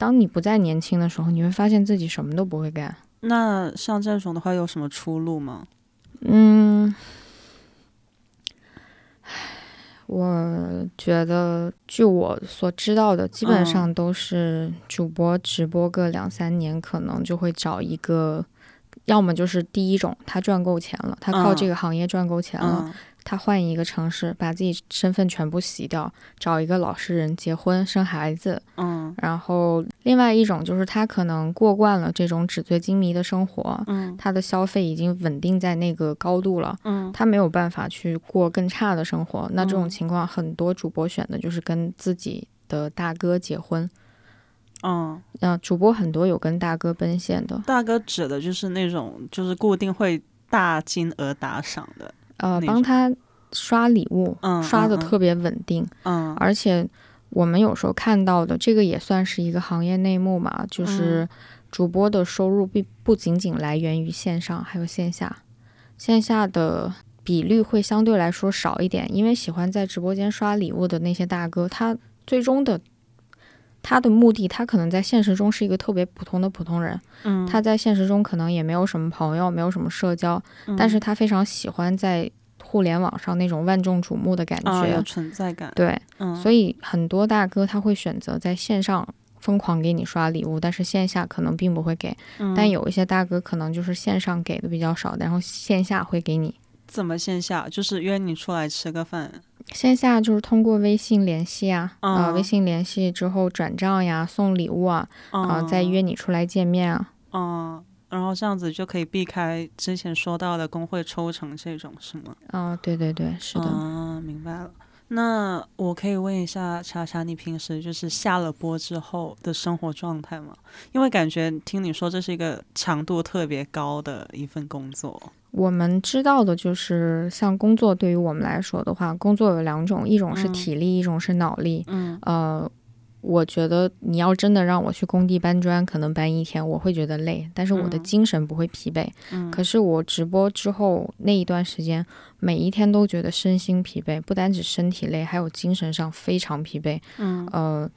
[SPEAKER 2] 当你不再年轻的时候，你会发现自己什么都不会干。
[SPEAKER 1] 那像这种的话有什么出路吗？
[SPEAKER 2] 嗯，我觉得，据我所知道的，基本
[SPEAKER 1] 嗯
[SPEAKER 2] 上都是主播直播个两三年，可能就会找一个，要么就是第一种，他赚够钱了，他靠
[SPEAKER 1] 嗯
[SPEAKER 2] 这个行业赚够钱了，
[SPEAKER 1] 嗯
[SPEAKER 2] 他换一个城市，把自己身份全部洗掉，找一个老实人结婚生孩子。
[SPEAKER 1] 嗯
[SPEAKER 2] 然后，另外一种就是他可能过惯了这种纸醉金迷的生活，
[SPEAKER 1] 嗯
[SPEAKER 2] 他的消费已经稳定在那个高度了。
[SPEAKER 1] 嗯
[SPEAKER 2] 他没有办法去过更差的生活。那这种
[SPEAKER 1] 嗯
[SPEAKER 2] 情况，很多主播选的就是跟自己的大哥结婚。
[SPEAKER 1] 嗯，
[SPEAKER 2] 那、主播很多有跟大哥奔现的，
[SPEAKER 1] 大哥指的就是那种就是固定会大金额打赏的，
[SPEAKER 2] 呃，
[SPEAKER 1] 那
[SPEAKER 2] 帮
[SPEAKER 1] 种
[SPEAKER 2] 他刷礼物，
[SPEAKER 1] 嗯
[SPEAKER 2] 刷的
[SPEAKER 1] 嗯嗯
[SPEAKER 2] 特别稳定，
[SPEAKER 1] 嗯
[SPEAKER 2] 而且我们有时候看到的，这个也算是一个行业内幕嘛，就是
[SPEAKER 1] 嗯
[SPEAKER 2] 主播的收入并不仅仅来源于线上，还有线下，线下的。比率会相对来说少一点，因为喜欢在直播间刷礼物的那些大哥，他最终的他的目的，他可能在现实中是一个特别普通的普通人，
[SPEAKER 1] 嗯，
[SPEAKER 2] 他在现实中可能也没有什么朋友，没有什么社交，
[SPEAKER 1] 嗯
[SPEAKER 2] 但是他非常喜欢在互联网上那种万众瞩目的感觉。
[SPEAKER 1] 啊有存在感，
[SPEAKER 2] 对，
[SPEAKER 1] 嗯，
[SPEAKER 2] 所以很多大哥他会选择在线上疯狂给你刷礼物，但是线下可能并不会给。
[SPEAKER 1] 嗯
[SPEAKER 2] 但有一些大哥可能就是线上给的比较少，然后线下会给你。
[SPEAKER 1] 怎么线下？就是约你出来吃个饭，
[SPEAKER 2] 线下就是通过微信联系啊，啊、
[SPEAKER 1] 嗯
[SPEAKER 2] 微信联系之后转账呀、送礼物啊，
[SPEAKER 1] 嗯，
[SPEAKER 2] 啊、再约你出来见面啊。
[SPEAKER 1] 嗯，然后这样子就可以避开之前说到的工会抽成这种，是吗？
[SPEAKER 2] 啊、对对对，是的。
[SPEAKER 1] 嗯，明白了。那我可以问一下查查，你平时就是下了播之后的生活状态吗？因为感觉听你说这是一个强度特别高的一份工作。
[SPEAKER 2] 我们知道的就是，像工作对于我们来说的话，工作有两种，一种是
[SPEAKER 1] 嗯
[SPEAKER 2] 体力，一种是脑力。
[SPEAKER 1] 嗯
[SPEAKER 2] 呃，我觉得你要真的让我去工地搬砖，可能搬一天我会觉得累，但是我的精神不会疲惫。
[SPEAKER 1] 嗯
[SPEAKER 2] 可是我直播之后那一段时间，每一天都觉得身心疲惫，不单指身体累，还有精神上非常疲惫。
[SPEAKER 1] 嗯
[SPEAKER 2] 呃，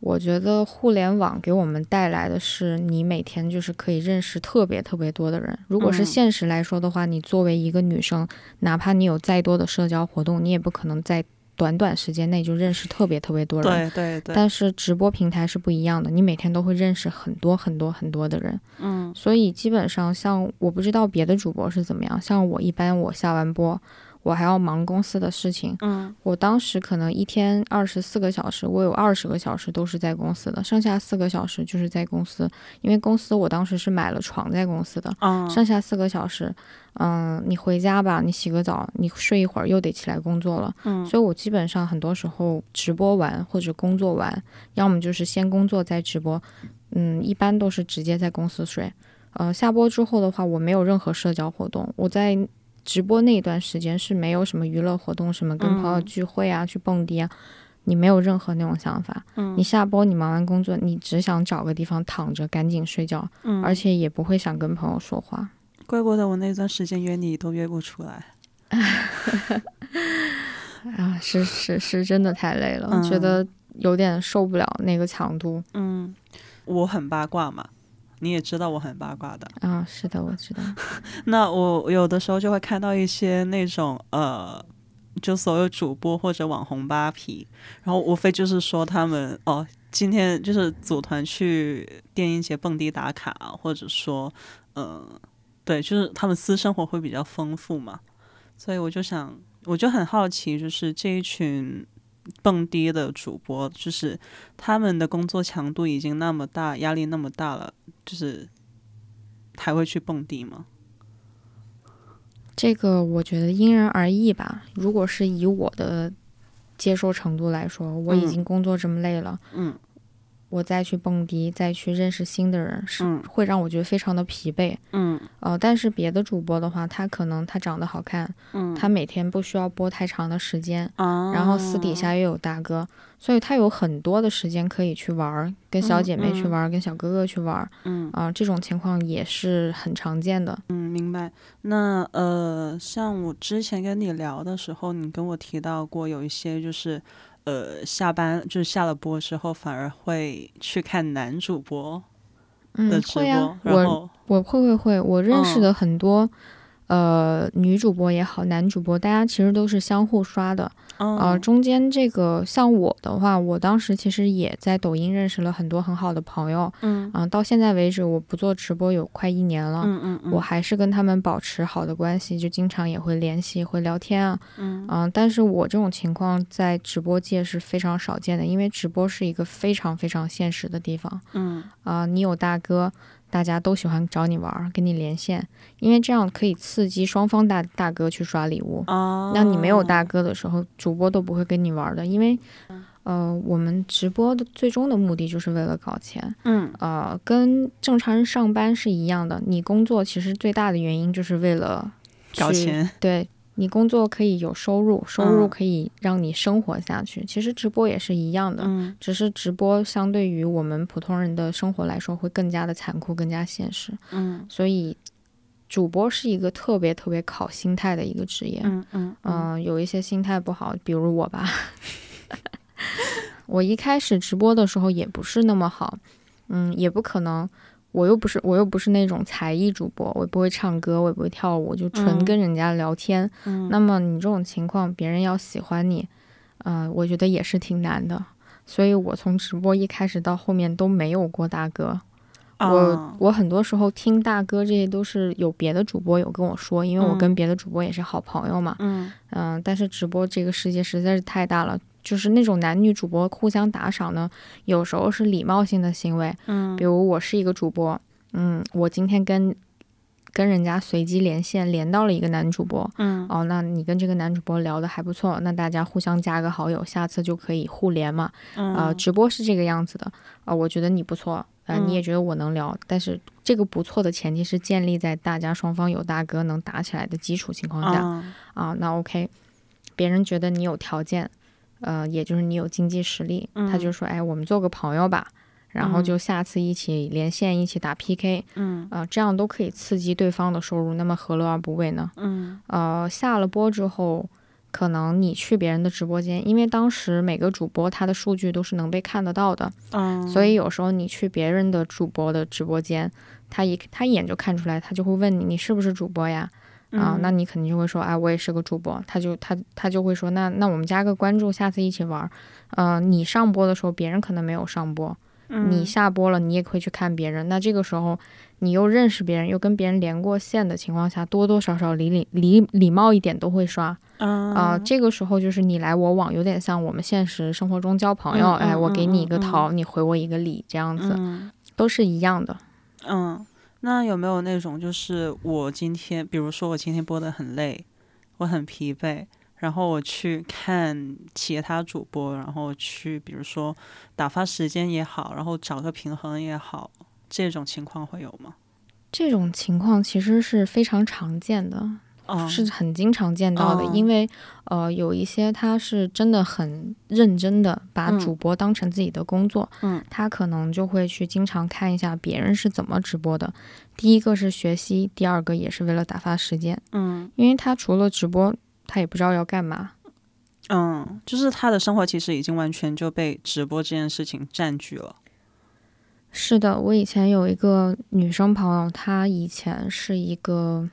[SPEAKER 2] 我觉得互联网给我们带来的是，你每天就是可以认识特别特别多的人。如果是
[SPEAKER 1] 嗯
[SPEAKER 2] 现实来说的话，你作为一个女生，哪怕你有再多的社交活动，你也不可能在短短时间内就认识特别特别多人。
[SPEAKER 1] 对对对，
[SPEAKER 2] 但是直播平台是不一样的，你每天都会认识很多很多很多的人，
[SPEAKER 1] 嗯
[SPEAKER 2] 所以基本上像我不知道别的主播是怎么样，像我一般我下完播，我还要忙公司的事情，
[SPEAKER 1] 嗯
[SPEAKER 2] 我当时可能一天二十四个小时，我有二十个小时都是在公司的，剩下四个小时就是在公司，因为公司我当时是买了床在公司的，
[SPEAKER 1] 啊
[SPEAKER 2] 剩下四个小时，嗯，你回家吧，你洗个澡，你睡一会儿又得起来工作了。
[SPEAKER 1] 嗯
[SPEAKER 2] 所以我基本上很多时候直播完或者工作完，要么就是先工作再直播，嗯，一般都是直接在公司睡。呃，下播之后的话，我没有任何社交活动，我在直播那一段时间是没有什么娱乐活动，什么跟朋友
[SPEAKER 1] 嗯
[SPEAKER 2] 聚会啊、去蹦迪啊，你没有任何那种想法。
[SPEAKER 1] 嗯
[SPEAKER 2] 你下播，你忙完工作，你只想找个地方躺着赶紧睡觉，
[SPEAKER 1] 嗯，
[SPEAKER 2] 而且也不会想跟朋友说话。
[SPEAKER 1] 怪不得我那段时间约你都约不出来。
[SPEAKER 2] 啊，是是是，真的太累了，
[SPEAKER 1] 嗯
[SPEAKER 2] 觉得有点受不了那个强度。
[SPEAKER 1] 嗯，我很八卦嘛，你也知道我很八卦的。
[SPEAKER 2] 啊，是的，我知道。
[SPEAKER 1] 那我有的时候就会看到一些那种呃，就所有主播或者网红扒皮，然后无非就是说他们哦，今天就是组团去电音节蹦迪打卡，或者说嗯、呃对，就是他们私生活会比较丰富嘛，所以我就想，我就很好奇，就是这一群。蹦迪的主播，就是他们的工作强度已经那么大，压力那么大了，就是还会去蹦迪吗？
[SPEAKER 2] 这个我觉得因人而异吧。如果是以我的接受程度来说，我已
[SPEAKER 1] 嗯
[SPEAKER 2] 经工作这么累了，
[SPEAKER 1] 嗯
[SPEAKER 2] 我再去蹦迪，再去认识新的人，是
[SPEAKER 1] 嗯
[SPEAKER 2] 会让我觉得非常的疲惫。
[SPEAKER 1] 嗯
[SPEAKER 2] 呃，但是别的主播的话，他可能他长得好看，
[SPEAKER 1] 嗯
[SPEAKER 2] 他每天不需要播太长的时间，
[SPEAKER 1] 啊，
[SPEAKER 2] 然后私底下又有大哥，所以他有很多的时间可以去玩儿，跟小
[SPEAKER 1] 嗯
[SPEAKER 2] 姐妹去
[SPEAKER 1] 嗯
[SPEAKER 2] 玩儿，跟小哥哥去玩儿
[SPEAKER 1] 嗯
[SPEAKER 2] 啊、这种情况也是很常见的。
[SPEAKER 1] 嗯，明白。那呃，像我之前跟你聊的时候，你跟我提到过有一些就是呃下班就是下了播之后，反而会去看男主播的
[SPEAKER 2] 嗯，
[SPEAKER 1] 直
[SPEAKER 2] 会
[SPEAKER 1] 播，
[SPEAKER 2] 啊，
[SPEAKER 1] 然
[SPEAKER 2] 我
[SPEAKER 1] 后
[SPEAKER 2] 我会会会，我认识
[SPEAKER 1] 嗯
[SPEAKER 2] 的很多、呃女主播也好，男主播，大家其实都是相互刷的。
[SPEAKER 1] 嗯
[SPEAKER 2] 呃，中间这个像我的话，我当时其实也在抖音认识了很多很好的朋友，
[SPEAKER 1] 嗯
[SPEAKER 2] 啊、到现在为止我不做直播有快一年了。
[SPEAKER 1] 嗯嗯嗯，
[SPEAKER 2] 我还是跟他们保持好的关系，就经常也会联系、会聊天啊，
[SPEAKER 1] 嗯
[SPEAKER 2] 嗯、但是我这种情况在直播界是非常少见的，因为直播是一个非常非常现实的地方。
[SPEAKER 1] 嗯
[SPEAKER 2] 啊、你有大哥，大家都喜欢找你玩儿，跟你连线，因为这样可以刺激双方大大哥去刷礼物。
[SPEAKER 1] 啊，
[SPEAKER 2] 那你没有大哥的时候，主播都不会跟你玩儿的，因为，
[SPEAKER 1] 嗯
[SPEAKER 2] 呃，我们直播的最终的目的就是为了搞钱，
[SPEAKER 1] 嗯
[SPEAKER 2] 呃，跟正常人上班是一样的。你工作其实最大的原因就是为了
[SPEAKER 1] 搞
[SPEAKER 2] 去
[SPEAKER 1] 钱，
[SPEAKER 2] 对你工作可以有收入，收入
[SPEAKER 1] 嗯
[SPEAKER 2] 可以让你生活下去。其实直播也是一样的，
[SPEAKER 1] 嗯
[SPEAKER 2] 只是直播相对于我们普通人的生活来说会更加的残酷，更加现实。
[SPEAKER 1] 嗯
[SPEAKER 2] 所以，主播是一个特别特别考心态的一个职业。
[SPEAKER 1] 嗯嗯
[SPEAKER 2] 嗯、有一些心态不好，比如我吧。 我一开始直播的时候也不是那么好，嗯，也不可能，我又不是我又不是那种才艺主播，我也不会唱歌，我也不会跳舞，就纯
[SPEAKER 1] 嗯
[SPEAKER 2] 跟人家聊天。
[SPEAKER 1] 嗯
[SPEAKER 2] 那么你这种情况，别人要喜欢你，呃，我觉得也是挺难的。所以我从直播一开始到后面都没有过大哥，
[SPEAKER 1] 啊
[SPEAKER 2] 我我很多时候听大哥这些都是有别的主播有跟我说，因为我
[SPEAKER 1] 嗯
[SPEAKER 2] 跟别的主播也是好朋友嘛，
[SPEAKER 1] 嗯
[SPEAKER 2] 嗯、但是直播这个世界实在是太大了，就是那种男女主播互相打赏呢，有时候是礼貌性的行为，
[SPEAKER 1] 嗯
[SPEAKER 2] 比如我是一个主播，嗯，我今天跟跟人家随机连线连到了一个男主播，
[SPEAKER 1] 嗯
[SPEAKER 2] 哦，那你跟这个男主播聊得还不错，那大家互相加个好友，下次就可以互联嘛。呃，
[SPEAKER 1] 嗯
[SPEAKER 2] 直播是这个样子的，啊、我觉得你不错，呃，
[SPEAKER 1] 嗯
[SPEAKER 2] 你也觉得我能聊，但是这个不错的前提是建立在大家双方有大哥能
[SPEAKER 1] 嗯
[SPEAKER 2] 打起来的基础情况下啊、
[SPEAKER 1] 啊
[SPEAKER 2] 那 OK，别人觉得你有条件。呃，也就是你有经济实力，他
[SPEAKER 1] 嗯
[SPEAKER 2] 就说，哎，我们做个朋友吧，然后就下次一起连线，一起打 PK，
[SPEAKER 1] 嗯
[SPEAKER 2] 啊、这样都可以刺激对方的收入，那么何乐而不为呢？
[SPEAKER 1] 嗯
[SPEAKER 2] 呃，下了播之后，可能你去别人的直播间，因为当时每个主播他的数据都是能被看得到的，
[SPEAKER 1] 嗯，
[SPEAKER 2] 所以有时候你去别人的主播的直播间，他一他一眼就看出来，他就会问你你是不是主播呀？啊、
[SPEAKER 1] 嗯
[SPEAKER 2] 那你肯定就会说，哎，我也是个主播。他就他他就会说，那那我们加个关注，下次一起玩儿。呃，你上播的时候，别人可能没有上播，
[SPEAKER 1] 嗯
[SPEAKER 2] 你下播了，你也会去看别人。那这个时候，你又认识别人，又跟别人连过线的情况下，多多少少礼礼礼礼貌一点都会刷。
[SPEAKER 1] 嗯
[SPEAKER 2] 啊、这个时候就是你来我往，有点像我们现实生活中交朋友，
[SPEAKER 1] 嗯
[SPEAKER 2] 哎，
[SPEAKER 1] 嗯
[SPEAKER 2] 我给你一个
[SPEAKER 1] 嗯嗯
[SPEAKER 2] 桃，你回我一个礼，这样子、
[SPEAKER 1] 嗯
[SPEAKER 2] 都是一样的。
[SPEAKER 1] 嗯，那有没有那种就是我今天，比如说我今天播的很累，我很疲惫，然后我去看其他主播，然后去比如说打发时间也好，然后找个平衡也好，这种情况会有吗？
[SPEAKER 2] 这种情况其实是非常常见的，
[SPEAKER 1] 哦，
[SPEAKER 2] 是很经常见到的，
[SPEAKER 1] 哦
[SPEAKER 2] 因为呃，有一些他是真的很认真的把
[SPEAKER 1] 嗯
[SPEAKER 2] 主播当成自己的工作，
[SPEAKER 1] 嗯，
[SPEAKER 2] 他可能就会去经常看一下别人是怎么直播的。第一个是学习，第二个也是为了打发时间，
[SPEAKER 1] 嗯
[SPEAKER 2] 因为他除了直播，他也不知道要干嘛。
[SPEAKER 1] 嗯，就是他的生活其实已经完全就被直播这件事情占据了。
[SPEAKER 2] 是的，我以前有一个女生朋友，她以前是一个，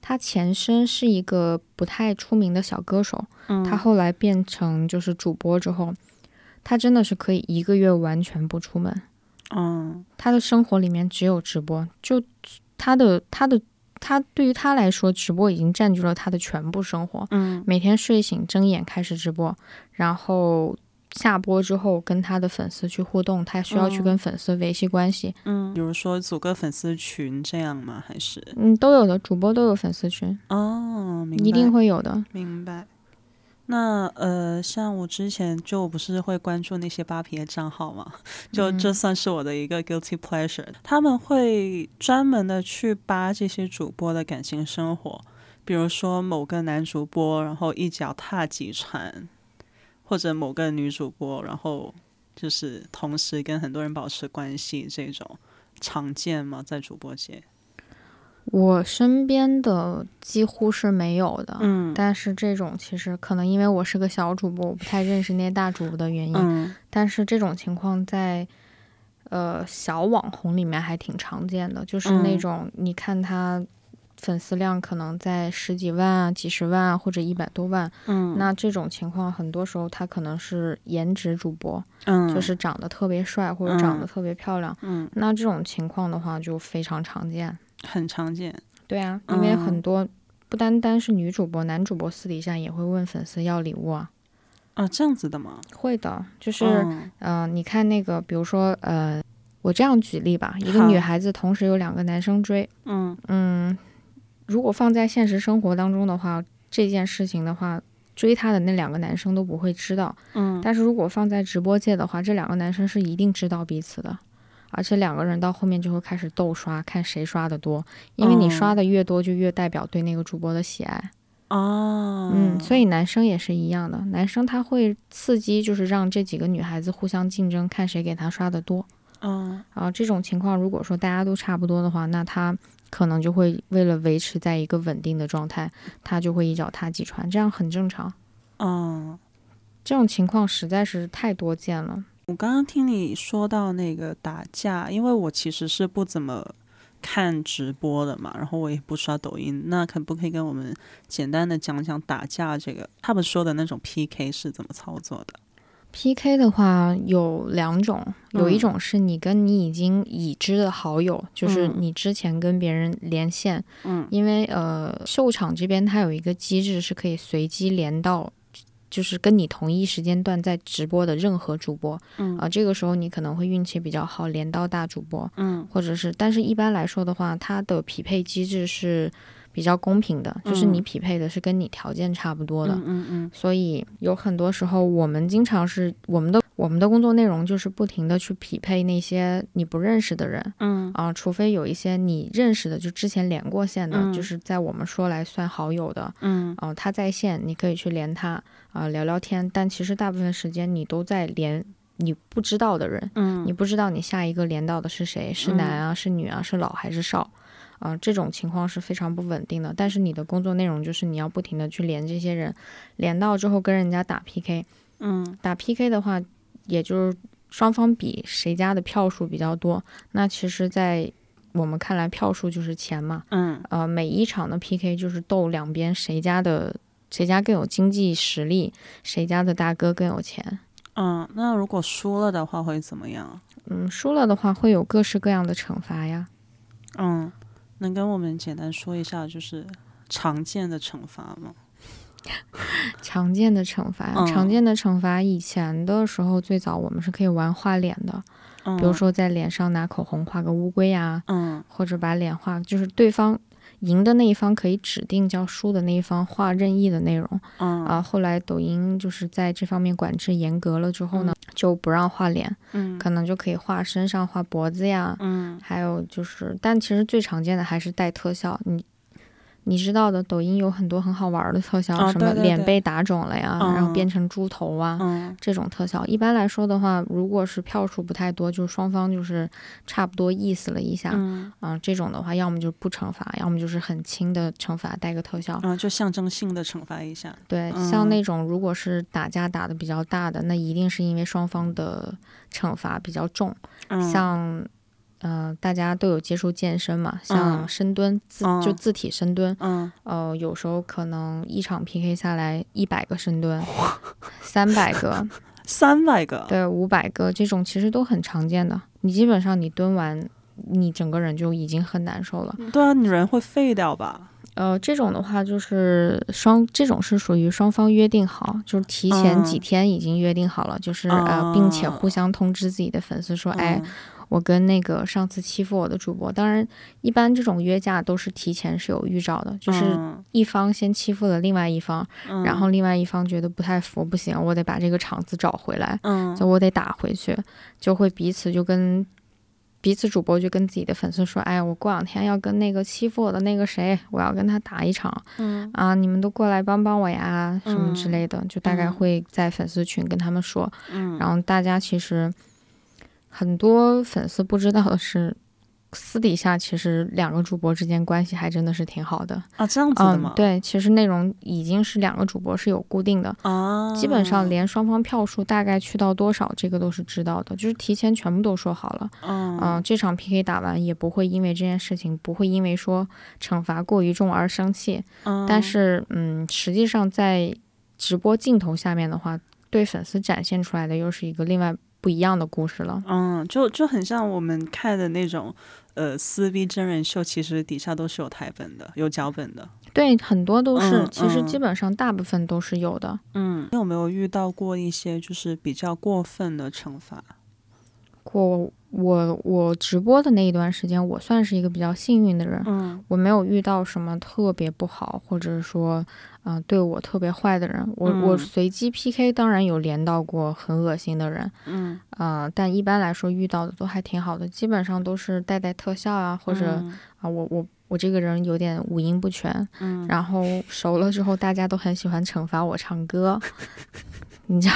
[SPEAKER 2] 她前身是一个不太出名的小歌手，
[SPEAKER 1] 嗯，
[SPEAKER 2] 她后来变成就是主播之后，她真的是可以一个月完全不出门，
[SPEAKER 1] 嗯
[SPEAKER 2] 她的生活里面只有直播，就她的她的她对于她来说，直播已经占据了她的全部生活，
[SPEAKER 1] 嗯
[SPEAKER 2] 每天睡醒睁眼开始直播，然后下播之后跟他的粉丝去互动，他需要去
[SPEAKER 1] 嗯
[SPEAKER 2] 跟粉丝维系关系。
[SPEAKER 1] 嗯，比如说组个粉丝群这样吗？还是
[SPEAKER 2] 嗯，都有的，主播都有粉丝群，
[SPEAKER 1] 哦，明白
[SPEAKER 2] 一定会有的。
[SPEAKER 1] 明白。那呃，像我之前就不是会关注那些扒皮的账号嘛，就这算是我的一个 guilty pleasure。他们会专门的去扒这些主播的感情生活，比如说某个男主播，然后一脚踏几船，或者某个女主播，然后就是同时跟很多人保持关系，这种常见吗？在主播界？
[SPEAKER 2] 我身边的几乎是没有的，
[SPEAKER 1] 嗯
[SPEAKER 2] 但是这种其实可能因为我是个小主播，我不太认识那些大主播的原因，
[SPEAKER 1] 嗯
[SPEAKER 2] 但是这种情况在。呃，小网红里面还挺常见的，就是那
[SPEAKER 1] 嗯
[SPEAKER 2] 种你看他粉丝量可能在十几万啊、几十万啊，或者一百多万，
[SPEAKER 1] 嗯，
[SPEAKER 2] 那这种情况很多时候他可能是颜值主播，
[SPEAKER 1] 嗯
[SPEAKER 2] 就是长得特别帅或者长得
[SPEAKER 1] 嗯
[SPEAKER 2] 特别漂亮，
[SPEAKER 1] 嗯
[SPEAKER 2] 那这种情况的话就非常常见。
[SPEAKER 1] 很常见。
[SPEAKER 2] 对啊，因为很
[SPEAKER 1] 嗯
[SPEAKER 2] 多不单单是女主播，男主播私底下也会问粉丝要礼物啊。
[SPEAKER 1] 啊，这样子的吗？
[SPEAKER 2] 会的，就是、
[SPEAKER 1] 嗯
[SPEAKER 2] 呃，你看那个，比如说呃，我这样举例吧，一个
[SPEAKER 1] 好
[SPEAKER 2] 女孩子同时有两个男生追，
[SPEAKER 1] 嗯
[SPEAKER 2] 嗯，如果放在现实生活当中的话，这件事情的话。追她的那两个男生都不会知道，
[SPEAKER 1] 嗯
[SPEAKER 2] 但是如果放在直播界的话，这两个男生是一定知道彼此的，而且两个人到后面就会开始斗刷，看谁刷的多，因为你
[SPEAKER 1] 哦
[SPEAKER 2] 刷的越多，就越代表对那个主播的喜爱。
[SPEAKER 1] 哦，
[SPEAKER 2] 嗯，所以男生也是一样的，男生他会刺激，就是让这几个女孩子互相竞争，看谁给他刷的多。
[SPEAKER 1] 嗯
[SPEAKER 2] 啊，这种情况如果说大家都差不多的话，那他可能就会为了维持在一个稳定的状态，他就会一脚踏几船，这样很正常。
[SPEAKER 1] 嗯，
[SPEAKER 2] 这种情况实在是太多见了。
[SPEAKER 1] 我刚刚听你说到那个打架，因为我其实是不怎么看直播的嘛，然后我也不刷抖音，那可不可以跟我们简单的讲讲打架这个他们说的那种 PK 是怎么操作的？
[SPEAKER 2] PK 的话有两种，有一
[SPEAKER 1] 嗯
[SPEAKER 2] 种是你跟你已经已知的好友，就是
[SPEAKER 1] 嗯
[SPEAKER 2] 你之前跟别人连线，
[SPEAKER 1] 嗯
[SPEAKER 2] 因为呃，秀场这边它有一个机制是可以随机连到，就是跟你同一时间段在直播的任何主播啊、
[SPEAKER 1] 嗯
[SPEAKER 2] 这个时候你可能会运气比较好，连到大主播，
[SPEAKER 1] 嗯
[SPEAKER 2] 或者是，但是一般来说的话，它的匹配机制是比较公平的，就是你
[SPEAKER 1] 嗯
[SPEAKER 2] 匹配的是跟你条件差不多的。
[SPEAKER 1] 嗯嗯
[SPEAKER 2] 所以有很多时候，我们经常是我们的我们的工作内容就是不停的去匹配那些你不认识的人，
[SPEAKER 1] 嗯
[SPEAKER 2] 啊，除非有一些你认识的，就之前连过线的，
[SPEAKER 1] 嗯
[SPEAKER 2] 就是在我们说来算好友的，
[SPEAKER 1] 嗯
[SPEAKER 2] 啊，他在线，你可以去连他啊、聊聊天，但其实大部分时间你都在连你不知道的人，
[SPEAKER 1] 嗯
[SPEAKER 2] 你不知道你下一个连到的是谁，是男啊，是女啊，是老还是少。啊、这种情况是非常不稳定的。但是你的工作内容就是你要不停的去连这些人，连到之后跟人家打 PK，
[SPEAKER 1] 嗯
[SPEAKER 2] 打 PK 的话，也就是双方比谁家的票数比较多。那其实，在我们看来，票数就是钱嘛。
[SPEAKER 1] 嗯
[SPEAKER 2] 呃，每一场的 PK 就是斗两边谁家的谁家更有经济实力，谁家的大哥更有钱。
[SPEAKER 1] 嗯，那如果输了的话会怎么样？
[SPEAKER 2] 嗯，输了的话会有各式各样的惩罚呀。
[SPEAKER 1] 嗯，能跟我们简单说一下就是常见的惩罚吗？
[SPEAKER 2] 常见的惩罚，
[SPEAKER 1] 嗯
[SPEAKER 2] 常见的惩罚，以前的时候最早我们是可以玩画脸的，
[SPEAKER 1] 嗯，
[SPEAKER 2] 比如，说在脸上拿口红画个乌龟呀、
[SPEAKER 1] 嗯
[SPEAKER 2] 或者把脸画，就是对方赢的那一方可以指定叫输的那一方画任意的内容。
[SPEAKER 1] 嗯
[SPEAKER 2] 啊，后来抖音就是在这方面管制严格了之后呢，就不让画脸，
[SPEAKER 1] 嗯
[SPEAKER 2] 可能就可以画身上、画脖子呀，
[SPEAKER 1] 嗯
[SPEAKER 2] 还有就是，但其实最常见的还是带特效，你。你知道的，抖音有很多很好玩的特效，
[SPEAKER 1] 啊
[SPEAKER 2] 什么
[SPEAKER 1] 对对
[SPEAKER 2] 脸
[SPEAKER 1] 对
[SPEAKER 2] 被打肿了呀，然
[SPEAKER 1] 嗯
[SPEAKER 2] 后变成猪头啊，
[SPEAKER 1] 嗯
[SPEAKER 2] 这种特效。一般来说的话，如果是票数不太多，就是双方就是差不多意思了一下，啊、
[SPEAKER 1] 嗯，
[SPEAKER 2] 这种的话，要么就不惩罚，要么就是很轻的惩罚，带个特效。
[SPEAKER 1] 然后就象征性的惩罚一下。
[SPEAKER 2] 对，
[SPEAKER 1] 嗯
[SPEAKER 2] 像那种如果是打架打的比较大的，那一定是因为双方的惩罚比较重。
[SPEAKER 1] 嗯，
[SPEAKER 2] 像，呃，大家都有接触健身嘛，像
[SPEAKER 1] 嗯
[SPEAKER 2] 深蹲自、
[SPEAKER 1] 嗯
[SPEAKER 2] 就自体深蹲，
[SPEAKER 1] 嗯
[SPEAKER 2] 呃，有时候可能一场 PK 下来一百个 深蹲，三百个，
[SPEAKER 1] 三百个，
[SPEAKER 2] 对，五百个这种其实都很常见的。你基本上你蹲完，你整个人就已经很难受了。
[SPEAKER 1] 对啊，你人会废掉吧？
[SPEAKER 2] 呃，这种的话就是双，这种是属于双方约定好，就是提前几
[SPEAKER 1] 嗯哦
[SPEAKER 2] 天已经约定好了，就是呃，并且互相通知自己的粉丝说，
[SPEAKER 1] 嗯
[SPEAKER 2] 哎，我跟那个上次欺负我的主播，当然一般这种约架都是提前是有预兆的，
[SPEAKER 1] 嗯，
[SPEAKER 2] 就是
[SPEAKER 1] 嗯
[SPEAKER 2] 一方先欺负了另外一方，
[SPEAKER 1] 嗯
[SPEAKER 2] 然后另外一方觉得不太服，不行，我得把这个场子找回来，
[SPEAKER 1] 嗯
[SPEAKER 2] 就我得打回去，就会彼此就跟彼此主播就跟自己的粉丝说，哎，我过两天要跟那个欺负我的那个谁，我要跟他打一场
[SPEAKER 1] 嗯
[SPEAKER 2] 啊，你们都过来帮帮我呀，什么之
[SPEAKER 1] 嗯
[SPEAKER 2] 类的，就大概
[SPEAKER 1] 嗯
[SPEAKER 2] 会在粉丝群跟他们说，
[SPEAKER 1] 嗯，
[SPEAKER 2] 然后大家其实很多粉丝不知道的是。私底下其实两个主播之间关系还真的是挺好的，
[SPEAKER 1] 啊这样子的
[SPEAKER 2] 嗯
[SPEAKER 1] 吗，？
[SPEAKER 2] 对，其实内容已经是两个主播是有固定的，
[SPEAKER 1] 啊，
[SPEAKER 2] 基本上连双方票数大概去到多少，这个都是知道的，就是提前全部都说好了。
[SPEAKER 1] 嗯
[SPEAKER 2] 嗯、这场 PK 打完也不会因为这件事情，不会因为说惩罚过于重而生气。
[SPEAKER 1] 嗯
[SPEAKER 2] 但是，嗯，实际上在直播镜头下面的话，对粉丝展现出来的又是一个另外不一样的故事了。
[SPEAKER 1] 嗯，就就很像我们看的那种呃撕逼真人秀，其实底下都是有台本的，有脚本的。
[SPEAKER 2] 对，很多都是，
[SPEAKER 1] 嗯
[SPEAKER 2] 其实
[SPEAKER 1] 嗯
[SPEAKER 2] 基本上大部分都是有的。
[SPEAKER 1] 嗯，你有没有遇到过一些就是比较过分的惩罚？
[SPEAKER 2] 过我我直播的那一段时间，我算是一个比较幸运的人，
[SPEAKER 1] 嗯
[SPEAKER 2] 我没有遇到什么特别不好，或者说，嗯、对我特别坏的人。我、我
[SPEAKER 1] 嗯
[SPEAKER 2] 随机 PK，当然有连到过很恶心的人，
[SPEAKER 1] 嗯，
[SPEAKER 2] 啊，但一般来说遇到的都还挺好的，基本上都是带带特效啊，或者、啊，我我我这个人有点五音不全，
[SPEAKER 1] 嗯
[SPEAKER 2] 然后熟了之后，大家都很喜欢惩罚我唱 歌，你知道？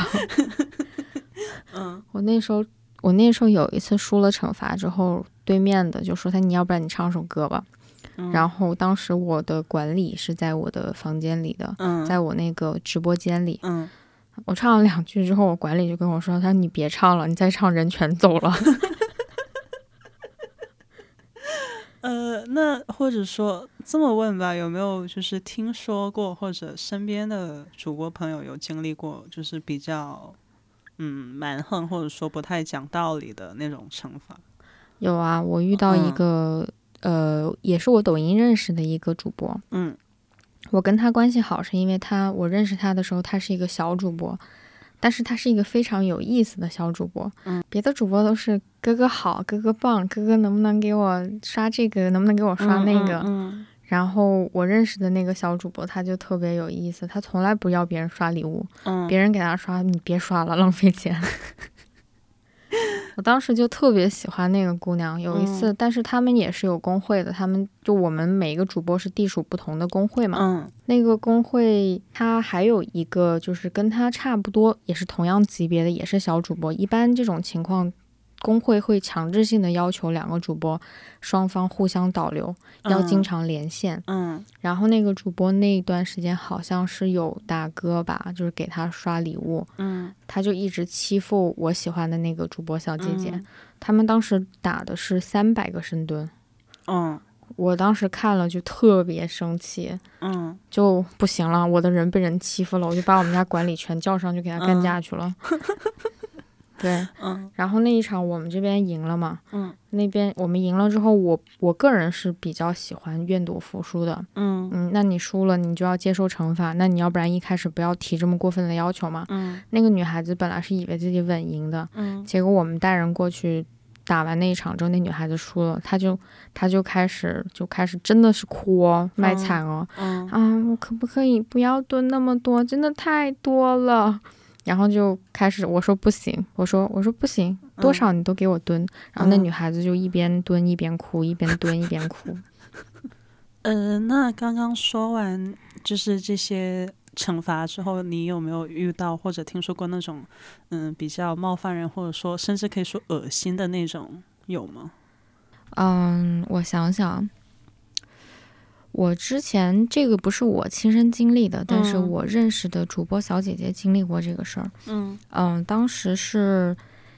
[SPEAKER 2] 嗯，我那时候我那时候有一次输了惩罚之后，对面的就说他你要不然你唱首歌吧，
[SPEAKER 1] 嗯
[SPEAKER 2] 然后当时我的管理是在我的房间里的，
[SPEAKER 1] 嗯
[SPEAKER 2] 在我那个直播间里，
[SPEAKER 1] 嗯
[SPEAKER 2] 我唱了两句之后，我管理就跟我说：“他说你别唱了，你再唱人全走了。
[SPEAKER 1] 呃，那或者说这么问吧，有没有就是听说过或者身边的主播朋友有经历过就是比较嗯蛮横或者说不太讲道理的那种惩罚？”
[SPEAKER 2] 有啊，我遇到
[SPEAKER 1] 嗯
[SPEAKER 2] 一个、呃，也是我抖音认识的一个主播，
[SPEAKER 1] 嗯
[SPEAKER 2] 我跟他关系好是因为他我认识他的时候，他是一个小主播。但是他是一个非常有意思的小主播，
[SPEAKER 1] 嗯，
[SPEAKER 2] 别的主播都是哥哥好，哥哥棒，哥哥能不能给我刷这个，能不能给我刷
[SPEAKER 1] 嗯
[SPEAKER 2] 那
[SPEAKER 1] 嗯
[SPEAKER 2] 个，
[SPEAKER 1] 嗯
[SPEAKER 2] 然后我认识的那个小主播，他就特别有意思，他从来不要别人刷礼物，
[SPEAKER 1] 嗯，
[SPEAKER 2] 别人给他刷，你别刷了，浪费钱。 我当时就特别喜欢那个姑娘。有一次，
[SPEAKER 1] 嗯
[SPEAKER 2] 但是他们也是有工会的，他们就我们每一个主播是地属不同的工会嘛。
[SPEAKER 1] 嗯
[SPEAKER 2] 那个工会他还有一个就是跟他差不多，也是同样级别的，也是小主播。一般这种情况，工会会强制性的要求两个主播双方互相导流，要经常连线。
[SPEAKER 1] 嗯
[SPEAKER 2] 然后那个主播那一段时间好像是有大哥吧，就是给他刷礼物，
[SPEAKER 1] 嗯
[SPEAKER 2] 他就一直欺负我喜欢的那个主播小姐姐。
[SPEAKER 1] 嗯
[SPEAKER 2] 他们当时打的是三百个深蹲，
[SPEAKER 1] 嗯
[SPEAKER 2] 我当时看了就特别生气，
[SPEAKER 1] 嗯
[SPEAKER 2] 就不行了，我的人被人欺负了，我就把我们家管理全叫上去给他干架 去了。对，
[SPEAKER 1] 嗯
[SPEAKER 2] 然后那一场我们这边赢了嘛，
[SPEAKER 1] 嗯
[SPEAKER 2] 那边我们赢了之后，我我个人是比较喜欢愿赌服输的，
[SPEAKER 1] 嗯
[SPEAKER 2] 嗯，那你输了，你就要接受惩罚。那你要不然一开始不要提这么过分的要求嘛。
[SPEAKER 1] 嗯
[SPEAKER 2] 那个女孩子本来是以为自己稳赢的，
[SPEAKER 1] 嗯
[SPEAKER 2] 结果我们带人过去打完那一场之后，那女孩子输了，她就她就开始就开始真的是哭哦，卖惨哦，
[SPEAKER 1] 嗯
[SPEAKER 2] 啊，我可不可以不要蹲那么多？真的太多了。然后就开始我说不行，我说我说不行，多少你都给我蹲。然后那
[SPEAKER 1] 嗯
[SPEAKER 2] 女孩子就一边蹲一边哭，一边蹲一边哭。
[SPEAKER 1] 呃，那刚刚说完就是这些惩罚之后，你有没有遇到或者听说过那种嗯比较冒犯人，或者说甚至可以说恶心的那种有吗？
[SPEAKER 2] 嗯，我想想，我之前这个不是我亲身经历的，但是
[SPEAKER 1] 嗯
[SPEAKER 2] 我认识的主播小姐姐经历过这个事儿。
[SPEAKER 1] 嗯
[SPEAKER 2] 嗯，当时是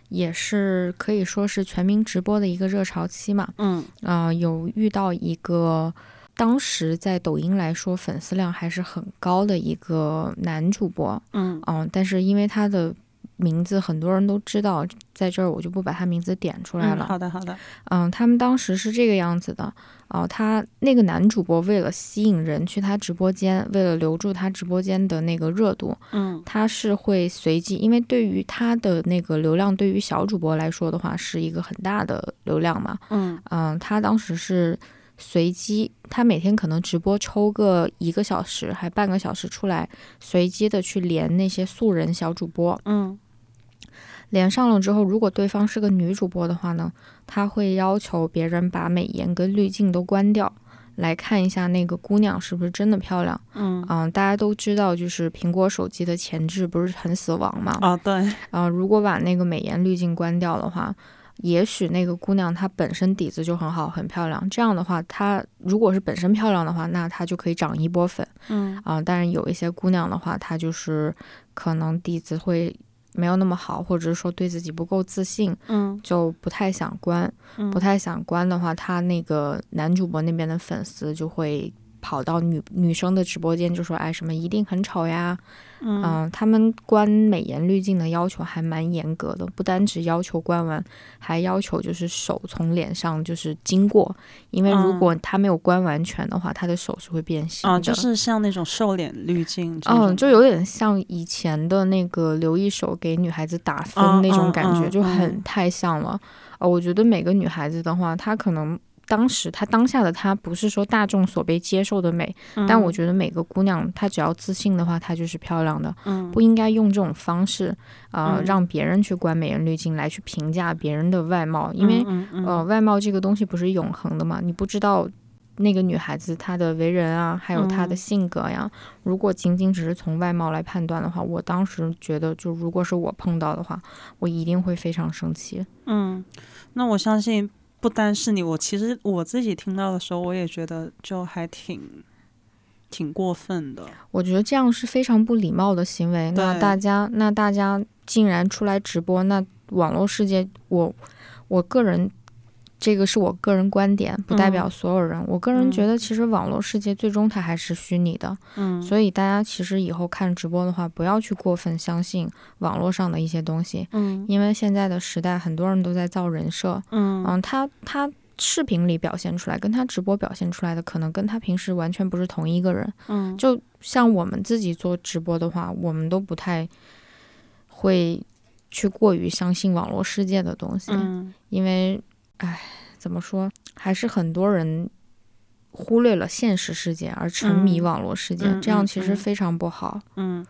[SPEAKER 2] 也是可以说是全民直播的一个热潮期嘛。
[SPEAKER 1] 嗯
[SPEAKER 2] 呃，有遇到一个当时在抖音来说粉丝量还是很高的一个男主播，
[SPEAKER 1] 嗯
[SPEAKER 2] 嗯、但是因为他的名字很多人都知道，在这儿我就不把他名字点出来
[SPEAKER 1] 嗯，
[SPEAKER 2] 了。
[SPEAKER 1] 好的好的，
[SPEAKER 2] 嗯，他们当时是这个样子的。哦、他那个男主播为了吸引人去他直播间，为了留住他直播间的那个热度，
[SPEAKER 1] 嗯
[SPEAKER 2] 他是会随机，因为对于他的那个流量，对于小主播来说的话，是一个很大的流量嘛。
[SPEAKER 1] 嗯
[SPEAKER 2] 嗯、他当时是随机，他每天可能直播抽个一个小时，还半个小时出来，随机的去连那些素人小主播。
[SPEAKER 1] 嗯
[SPEAKER 2] 连上了之后，如果对方是个女主播的话呢，她会要求别人把美颜跟滤镜都关掉，来看一下那个姑娘是不是真的漂亮。
[SPEAKER 1] 嗯
[SPEAKER 2] 嗯、大家都知道，就是苹果手机的前置不是很死亡嘛。
[SPEAKER 1] 哦对，
[SPEAKER 2] 啊、如果把那个美颜滤镜关掉的话。也许那个姑娘她本身底子就很好，很漂亮。这样的话，她如果是本身漂亮的话，那她就可以涨一波粉。
[SPEAKER 1] 嗯
[SPEAKER 2] 啊、但是有一些姑娘的话，她就是可能底子会没有那么好，或者是说对自己不够自信，
[SPEAKER 1] 嗯
[SPEAKER 2] 就不太想关。
[SPEAKER 1] 嗯
[SPEAKER 2] 不太想关的话，她那个男主播那边的粉丝就会跑到女女生的直播间，就说：“哎，什么一定很丑呀。
[SPEAKER 1] 嗯
[SPEAKER 2] 嗯，他们关美颜滤镜的要求还蛮严格的，不单只要求关完，还要求就是手从脸上就是经过，因为如
[SPEAKER 1] 嗯
[SPEAKER 2] 果他没有关完全的话，他的手是会变形的。
[SPEAKER 1] 啊，就是像那种瘦脸滤镜这种，
[SPEAKER 2] 嗯，就有点像以前的那个刘一手给女孩子打分
[SPEAKER 1] 啊
[SPEAKER 2] 那种
[SPEAKER 1] 嗯
[SPEAKER 2] 感觉，
[SPEAKER 1] 嗯
[SPEAKER 2] 就很
[SPEAKER 1] 嗯
[SPEAKER 2] 太像了。呃，我觉得每个女孩子的话，她可能当时她当下的她不是说大众所被接受的美，
[SPEAKER 1] 嗯
[SPEAKER 2] 但我觉得每个姑娘她只要自信的话，她就是漂亮的，
[SPEAKER 1] 嗯
[SPEAKER 2] 不应该用这种方式啊、呃
[SPEAKER 1] 嗯
[SPEAKER 2] 让别人去关美颜滤镜来去评价别人的外貌，因为、
[SPEAKER 1] 嗯嗯
[SPEAKER 2] 呃，外貌这个东西不是永恒的嘛，你不知道那个女孩子她的为人啊，还有她的
[SPEAKER 1] 嗯
[SPEAKER 2] 性格呀。如果仅仅只是从外貌来判断的话，我当时觉得，就如果是我碰到的话，我一定会非常生气。
[SPEAKER 1] 嗯，那我相信不单是你，我其实我自己听到的时候，我也觉得就还挺挺过分的。
[SPEAKER 2] 我觉得这样是非常不礼貌的行为。那
[SPEAKER 1] 对
[SPEAKER 2] 大家，那大家竟然出来直播，那网络世界，我我个人。这个是我个人观点，不代表
[SPEAKER 1] 嗯
[SPEAKER 2] 所有人。我个人
[SPEAKER 1] 嗯
[SPEAKER 2] 觉得，其实网络世界最终它还是虚拟的，
[SPEAKER 1] 嗯，
[SPEAKER 2] 所以大家其实以后看直播的话，不要去过分相信网络上的一些东西，
[SPEAKER 1] 嗯
[SPEAKER 2] 因为现在的时代，很多人都在造人设。
[SPEAKER 1] 嗯
[SPEAKER 2] 嗯，他他视频里表现出来，跟他直播表现出来的，可能跟他平时完全不是同一个人。
[SPEAKER 1] 嗯，
[SPEAKER 2] 就像我们自己做直播的话，我们都不太会去过于相信网络世界的东西，
[SPEAKER 1] 嗯
[SPEAKER 2] 因为，唉，怎么说，还是很多人忽略了现实世界而沉迷网络世界，
[SPEAKER 1] 嗯嗯
[SPEAKER 2] 这样其实非常不好。
[SPEAKER 1] 嗯，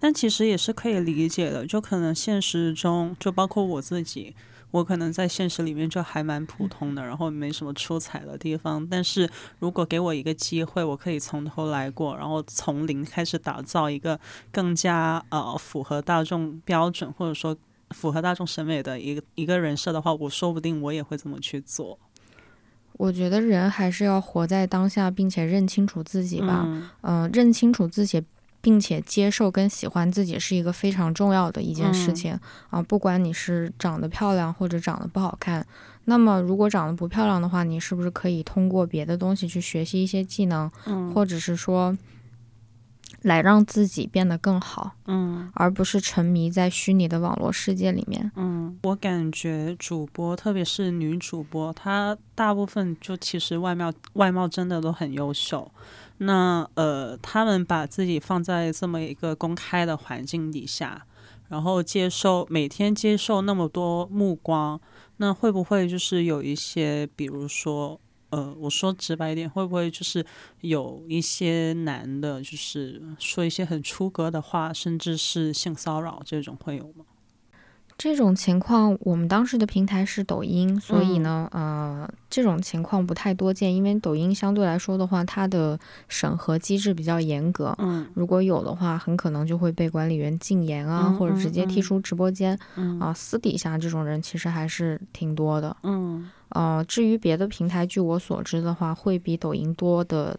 [SPEAKER 1] 但其实也是可以理解的，就可能现实中，就包括我自己，我可能在现实里面就还蛮普通的，然后没什么出彩的地方。但是如果给我一个机会，我可以从头来过，然后从零开始打造一个更加呃符合大众标准，或者说符合大众审美的一个一个人设的话，我说不定我也会这么去做。
[SPEAKER 2] 我觉得人还是要活在当下，并且认清楚自己吧。
[SPEAKER 1] 嗯
[SPEAKER 2] 嗯、认清楚自己，并且接受跟喜欢自己是一个非常重要的一件事
[SPEAKER 1] 嗯
[SPEAKER 2] 情啊、不管你是长得漂亮或者长得不好看，那么如果长得不漂亮的话，你是不是可以通过别的东西去学习一些技能，
[SPEAKER 1] 嗯
[SPEAKER 2] 或者是说来让自己变得更好，
[SPEAKER 1] 嗯
[SPEAKER 2] 而不是沉迷在虚拟的网络世界里面？
[SPEAKER 1] 嗯，我感觉主播，特别是女主播，她大部分就其实外貌外貌真的都很优秀。那呃，她们把自己放在这么一个公开的环境底下，然后接受每天接受那么多目光，那会不会就是有一些，比如说呃，我说直白一点，会不会就是有一些男的，就是说一些很出格的话，甚至是性骚扰这种会有吗？
[SPEAKER 2] 这种情况，我们当时的平台是抖音，所以
[SPEAKER 1] 嗯
[SPEAKER 2] 呢，呃，这种情况不太多见，因为抖音相对来说的话，它的审核机制比较严格。
[SPEAKER 1] 嗯。
[SPEAKER 2] 如果有的话，很可能就会被管理员禁言啊，
[SPEAKER 1] 嗯
[SPEAKER 2] 或者直接
[SPEAKER 1] 嗯
[SPEAKER 2] 踢出直播间、
[SPEAKER 1] 嗯
[SPEAKER 2] 啊。私底下这种人其实还是挺多的。
[SPEAKER 1] 嗯
[SPEAKER 2] 呃，至于别的平台，据我所知的话，会比抖音多的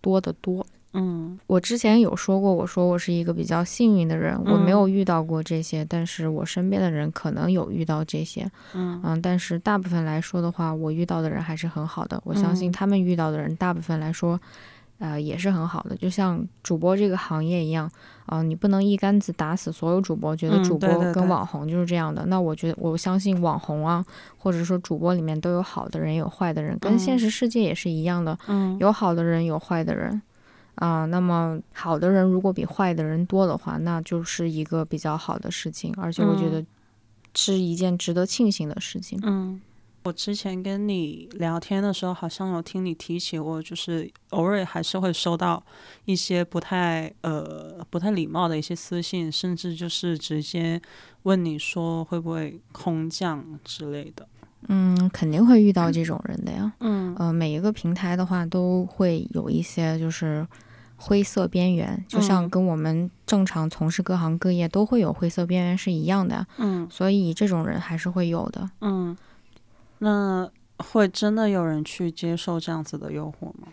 [SPEAKER 2] 多得多。
[SPEAKER 1] 嗯
[SPEAKER 2] 我之前有说过，我说我是一个比较幸运的人，我
[SPEAKER 1] 嗯
[SPEAKER 2] 没有遇到过这些，但是我身边的人可能有遇到这些，
[SPEAKER 1] 嗯
[SPEAKER 2] 嗯，但是大部分来说的话，我遇到的人还是很好的，我相信
[SPEAKER 1] 嗯
[SPEAKER 2] 他们遇到的人大部分来说，呃，也是很好的，就像主播这个行业一样，啊、你不能一竿子打死所有主播，觉得
[SPEAKER 1] 嗯
[SPEAKER 2] 主播
[SPEAKER 1] 对对
[SPEAKER 2] 跟
[SPEAKER 1] 对
[SPEAKER 2] 网红就是这样的，那我觉得我相信网红啊，或者说主播里面都有好的人，有坏的人，跟现
[SPEAKER 1] 嗯
[SPEAKER 2] 实世界也是一样的，
[SPEAKER 1] 嗯
[SPEAKER 2] 有好的人，有坏的人。啊、那么好的人如果比坏的人多的话，那就是一个比较好的事情，而且我觉
[SPEAKER 1] 嗯
[SPEAKER 2] 得是一件值得庆幸的事情。
[SPEAKER 1] 嗯，我之前跟你聊天的时候，好像有听你提起过，就是偶尔还是会收到一些不太呃不太礼貌的一些私信，甚至就是直接问你说会不会空降之类的。
[SPEAKER 2] 嗯，肯定会遇到这种人的呀。
[SPEAKER 1] 嗯
[SPEAKER 2] 呃，每一个平台的话都会有一些就是灰色边缘，就像
[SPEAKER 1] 嗯
[SPEAKER 2] 跟我们正常从事各行各业都会有灰色边缘是一样的，
[SPEAKER 1] 嗯
[SPEAKER 2] 所以这种人还是会有的。
[SPEAKER 1] 嗯，那会真的有人去接受这样子的诱惑吗？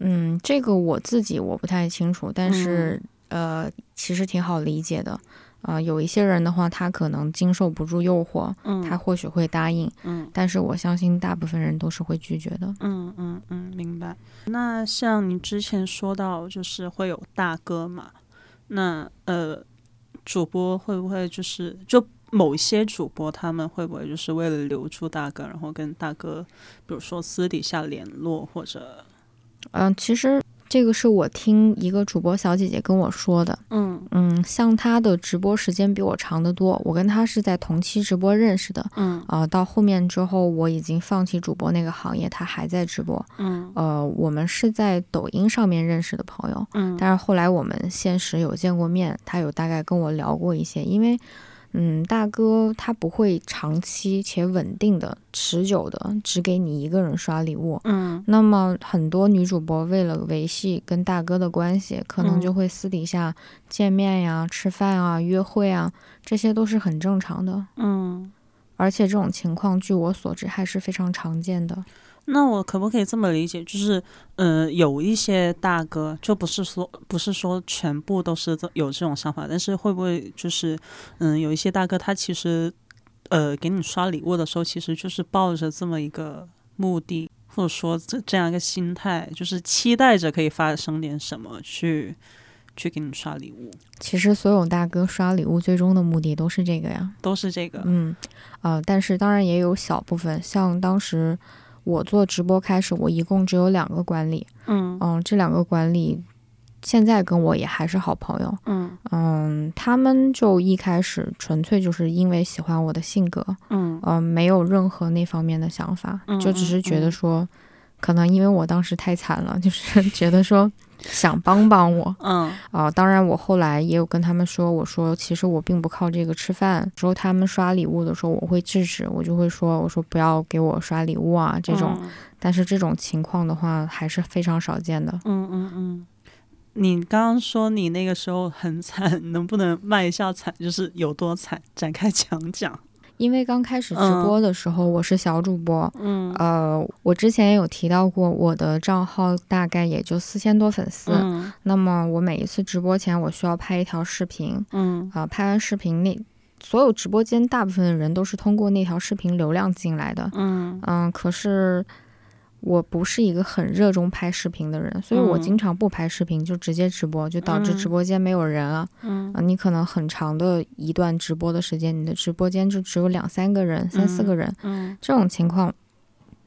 [SPEAKER 2] 嗯，这个我自己我不太清楚，但是、呃，其实挺好理解的。呃，有一些人的话，他可能经受不住诱惑，他
[SPEAKER 1] 嗯
[SPEAKER 2] 或许会答应，
[SPEAKER 1] 嗯。
[SPEAKER 2] 但是我相信大部分人都是会拒绝的。
[SPEAKER 1] 嗯嗯嗯，明白。那像你之前说到，就是会有大哥嘛，那呃，主播会不会就是就某一些主播他们会不会就是为了留住大哥，然后跟大哥，比如说私底下联络或者
[SPEAKER 2] 嗯、其实这个是我听一个主播小姐姐跟我说的。
[SPEAKER 1] 嗯
[SPEAKER 2] 嗯，像她的直播时间比我长得多，我跟她是在同期直播认识的。
[SPEAKER 1] 嗯
[SPEAKER 2] 呃，到后面之后，我已经放弃主播那个行业，她还在直播。
[SPEAKER 1] 嗯
[SPEAKER 2] 呃，我们是在抖音上面认识的朋友。
[SPEAKER 1] 嗯
[SPEAKER 2] 但是后来我们现实有见过面，他有大概跟我聊过一些，因为，嗯，大哥他不会长期且稳定的、持久的只给你一个人刷礼物。
[SPEAKER 1] 嗯
[SPEAKER 2] 那么很多女主播为了维系跟大哥的关系，可能
[SPEAKER 1] 嗯
[SPEAKER 2] 就会私底下见面呀、吃饭啊、约会啊，这些都是很正常的。
[SPEAKER 1] 嗯。
[SPEAKER 2] 而且这种情况，据我所知还是非常常见的。
[SPEAKER 1] 那我可不可以这么理解，就是，呃，有一些大哥，就不是说不是说全部都是这有这种想法，但是会不会就是，嗯、有一些大哥他其实，呃，给你刷礼物的时候，其实就是抱着这么一个目的，或者说这这样一个心态，就是期待着可以发生点什么去去给你刷礼物，
[SPEAKER 2] 其实所有大哥刷礼物最终的目的都是这个呀。
[SPEAKER 1] 都是这个，
[SPEAKER 2] 嗯，呃，但是当然也有小部分，像当时我做直播开始，我一共只有两个管理，
[SPEAKER 1] 嗯
[SPEAKER 2] 嗯、这两个管理现在跟我也还是好朋友，
[SPEAKER 1] 嗯
[SPEAKER 2] 嗯，他们就一开始纯粹就是因为喜欢我的性格，呃
[SPEAKER 1] 嗯
[SPEAKER 2] 嗯、没有任何那方面的想法，就只是觉得
[SPEAKER 1] 嗯嗯嗯
[SPEAKER 2] 说。可能因为我当时太惨了，就是 觉得说想帮帮我
[SPEAKER 1] 嗯
[SPEAKER 2] 啊、当然，我后来也有跟他们说，我说其实我并不靠这个吃饭。之后他们刷礼物的时候，我会制止，我就会说，我说不要给我刷礼物啊这
[SPEAKER 1] 嗯
[SPEAKER 2] 种。但是这种情况的话，还是非常少见的。
[SPEAKER 1] 嗯嗯嗯。你刚刚说你那个时候很惨，能不能卖一下惨，就是有多惨，展开讲讲？
[SPEAKER 2] 因为刚开始直
[SPEAKER 1] 嗯
[SPEAKER 2] 播的时候，我是小主播，
[SPEAKER 1] 嗯
[SPEAKER 2] 呃，我之前也有提到过，我的账号大概也就四千多粉丝。
[SPEAKER 1] 嗯
[SPEAKER 2] 那么我每一次直播前，我需要拍一条视频，
[SPEAKER 1] 嗯
[SPEAKER 2] 啊、拍完视频那所有直播间大部分的人都是通过那条视频流量进来的。
[SPEAKER 1] 嗯
[SPEAKER 2] 嗯，可是我不是一个很热衷拍视频的人，所以我
[SPEAKER 1] 嗯
[SPEAKER 2] 经常不拍视频，就直接直播，就导致
[SPEAKER 1] 嗯
[SPEAKER 2] 直播间没有人啊。
[SPEAKER 1] 嗯
[SPEAKER 2] 啊，你可能很长的一段直播的时间，你的直播间就只有两三个人、三四
[SPEAKER 1] 嗯
[SPEAKER 2] 个人，
[SPEAKER 1] 嗯
[SPEAKER 2] 这种情况，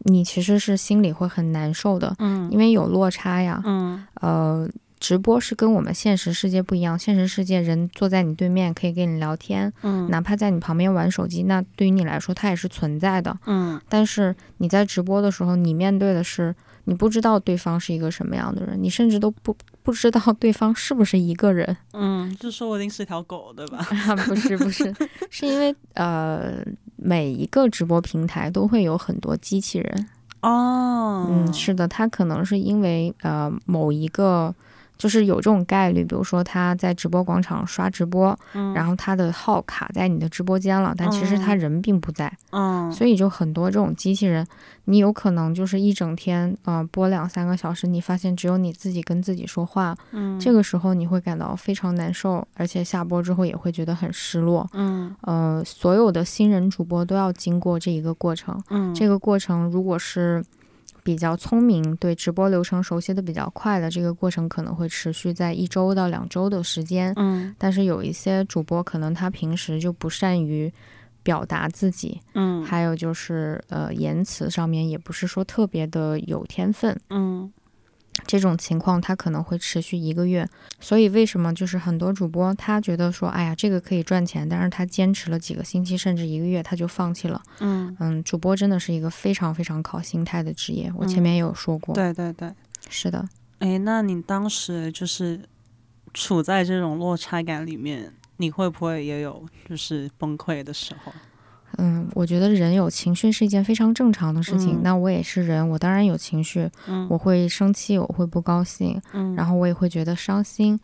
[SPEAKER 2] 你其实是心里会很难受的，
[SPEAKER 1] 嗯
[SPEAKER 2] 因为有落差呀。
[SPEAKER 1] 嗯
[SPEAKER 2] 呃，直播是跟我们现实世界不一样，现实世界人坐在你对面可以跟你聊天，
[SPEAKER 1] 嗯
[SPEAKER 2] 哪怕在你旁边玩手机，那对于你来说它也是存在的。
[SPEAKER 1] 嗯
[SPEAKER 2] 但是你在直播的时候，你面对的是你不知道对方是一个什么样的人，你甚至都不不知道对方是不是一个人。
[SPEAKER 1] 嗯，就说我一定是条狗，对吧？
[SPEAKER 2] 啊，不是不是， 是因为呃，每一个直播平台都会有很多机器人。
[SPEAKER 1] 哦，
[SPEAKER 2] 嗯，是的，他可能是因为呃某一个，就是有这种概率，比如说他在直播广场刷直播，
[SPEAKER 1] 嗯，
[SPEAKER 2] 然后他的号卡在你的直播间了，但其实他
[SPEAKER 1] 嗯
[SPEAKER 2] 人并不在，
[SPEAKER 1] 嗯，
[SPEAKER 2] 所以就很多这种机器人，你有可能就是一整天啊、呃播两三个小时，你发现只有你自己跟自己说话，
[SPEAKER 1] 嗯
[SPEAKER 2] 这个时候你会感到非常难受，而且下播之后也会觉得很失落。
[SPEAKER 1] 嗯
[SPEAKER 2] 呃，所有的新人主播都要经过这一个过程。
[SPEAKER 1] 嗯
[SPEAKER 2] 这个过程如果是比较聪明，对直播流程熟悉的比较快的，这个过程可能会持续在一周到两周的时间。
[SPEAKER 1] 嗯
[SPEAKER 2] 但是有一些主播可能他平时就不善于表达自己，
[SPEAKER 1] 嗯
[SPEAKER 2] 还有就是呃言辞上面也不是说特别的有天分，
[SPEAKER 1] 嗯
[SPEAKER 2] 这种情况他可能会持续一个月。所以为什么就是很多主播他觉得说，哎呀这个可以赚钱，但是他坚持了几个星期甚至一个月他就放弃了。
[SPEAKER 1] 嗯，
[SPEAKER 2] 嗯，主播真的是一个非常非常考心态的职业，我
[SPEAKER 1] 嗯
[SPEAKER 2] 前面也有说过。，
[SPEAKER 1] 对对对。
[SPEAKER 2] 是的，
[SPEAKER 1] 哎，那你当时就是处在这种落差感里面，你会不会也有就是崩溃的时候？
[SPEAKER 2] 嗯，我觉得人有情绪是一件非常正常的事情。
[SPEAKER 1] 嗯
[SPEAKER 2] 那我也是人，我当然有情绪，
[SPEAKER 1] 嗯
[SPEAKER 2] 我会生气，我会不高兴，
[SPEAKER 1] 嗯
[SPEAKER 2] 然后我也会觉得伤心。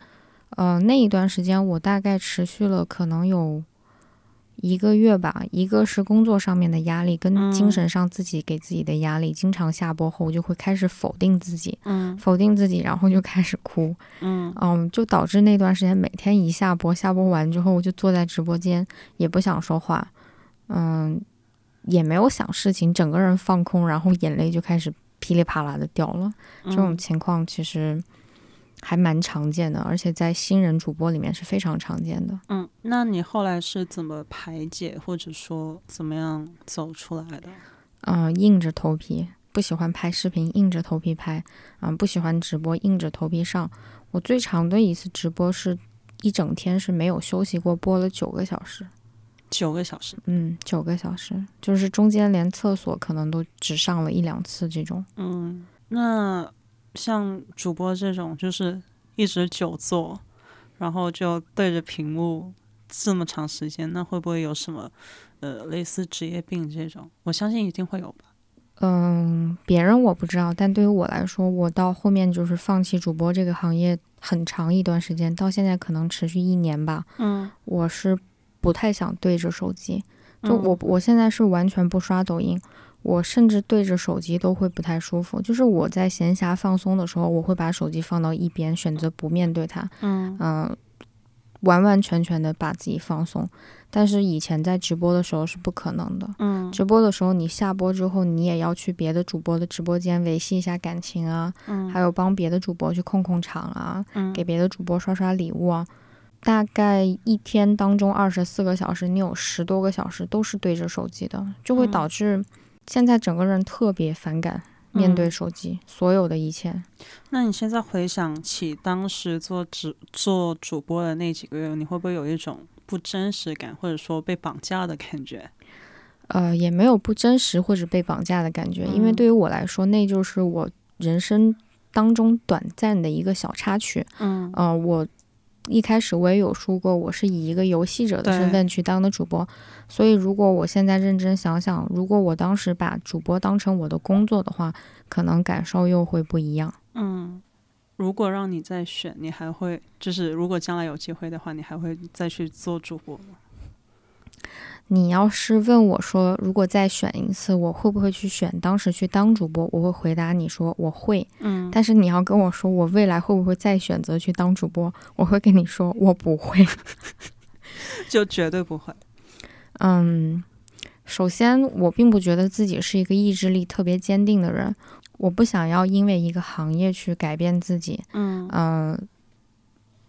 [SPEAKER 2] 呃，那一段时间我大概持续了可能有一个月吧，一个是工作上面的压力，跟精
[SPEAKER 1] 嗯
[SPEAKER 2] 神上自己给自己的压力。经常下播后，我就会开始否定自己，
[SPEAKER 1] 嗯
[SPEAKER 2] 否定自己，然后就开始哭。
[SPEAKER 1] 嗯
[SPEAKER 2] 嗯，就导致那段时间每天一下播，下播完之后我就坐在直播间，也不想说话，嗯，也没有想事情，整个人放空，然后眼泪就开始噼里啪啦的掉了。这种
[SPEAKER 1] 嗯
[SPEAKER 2] 情况其实还蛮常见的，而且在新人主播里面是非常常见的。
[SPEAKER 1] 嗯，那你后来是怎么排解，或者说怎么样走出来的？
[SPEAKER 2] 嗯，硬着头皮，不喜欢拍视频，硬着头皮拍，嗯，不喜欢直播，硬着头皮上。我最长的一次直播是一整天是没有休息过，播了九个小时。
[SPEAKER 1] 九个小时。
[SPEAKER 2] 嗯，九个小时，就是中间连厕所可能都只上了一两次这种。
[SPEAKER 1] 嗯，那像主播这种，就是一直久坐，然后就对着屏幕这么长时间，那会不会有什么呃类似职业病这种？我相信一定会有吧。
[SPEAKER 2] 嗯，别人我不知道，但对于我来说，我到后面就是放弃主播这个行业很长一段时间，到现在可能持续一年吧。
[SPEAKER 1] 嗯，
[SPEAKER 2] 我是不太想对着手机，就
[SPEAKER 1] 嗯
[SPEAKER 2] 我、我现在是完全不刷抖音，我甚至对着手机都会不太舒服。就是我在闲暇放松的时候，我会把手机放到一边，选择不面对它。
[SPEAKER 1] 嗯
[SPEAKER 2] 嗯、完完全全的把自己放松。但是以前在直播的时候是不可能的。
[SPEAKER 1] 嗯
[SPEAKER 2] 直播的时候，你下播之后，你也要去别的主播的直播间维系一下感情啊，
[SPEAKER 1] 嗯
[SPEAKER 2] 还有帮别的主播去控控场啊，
[SPEAKER 1] 嗯
[SPEAKER 2] 给别的主播刷刷礼物啊。大概一天当中二十四个小时，你有十多个小时都是对着手机的，就会
[SPEAKER 1] 嗯
[SPEAKER 2] 导致现在整个人特别反感面对
[SPEAKER 1] 嗯
[SPEAKER 2] 手机、所有的一切。
[SPEAKER 1] 那你现在回想起当时做主做主播的那几个月，你会不会有一种不真实感，或者说被绑架的感觉？
[SPEAKER 2] 呃，也没有不真实或者被绑架的感觉，因为
[SPEAKER 1] 嗯
[SPEAKER 2] 对于我来说，那就是我人生当中短暂的一个小插曲。
[SPEAKER 1] 嗯
[SPEAKER 2] 呃，我一开始我也有说过，我是以一个游戏者的
[SPEAKER 1] 对
[SPEAKER 2] 身份去当的主播，所以如果我现在认真想想，如果我当时把主播当成我的工作的话，可能感受又会不一样。
[SPEAKER 1] 嗯，如果让你再选，你还会就是如果将来有机会的话，你还会再去做主播 吗？
[SPEAKER 2] 你要是问我说，如果再选一次，我会不会去选当时去当主播？我会回答你说我会。
[SPEAKER 1] 嗯，
[SPEAKER 2] 但是你要跟我说我未来会不会再选择去当主播，我会跟你说我不会。
[SPEAKER 1] 就绝对不会。
[SPEAKER 2] 嗯，首先我并不觉得自己是一个意志力特别坚定的人，我不想要因为一个行业去改变自己。
[SPEAKER 1] 嗯
[SPEAKER 2] 嗯，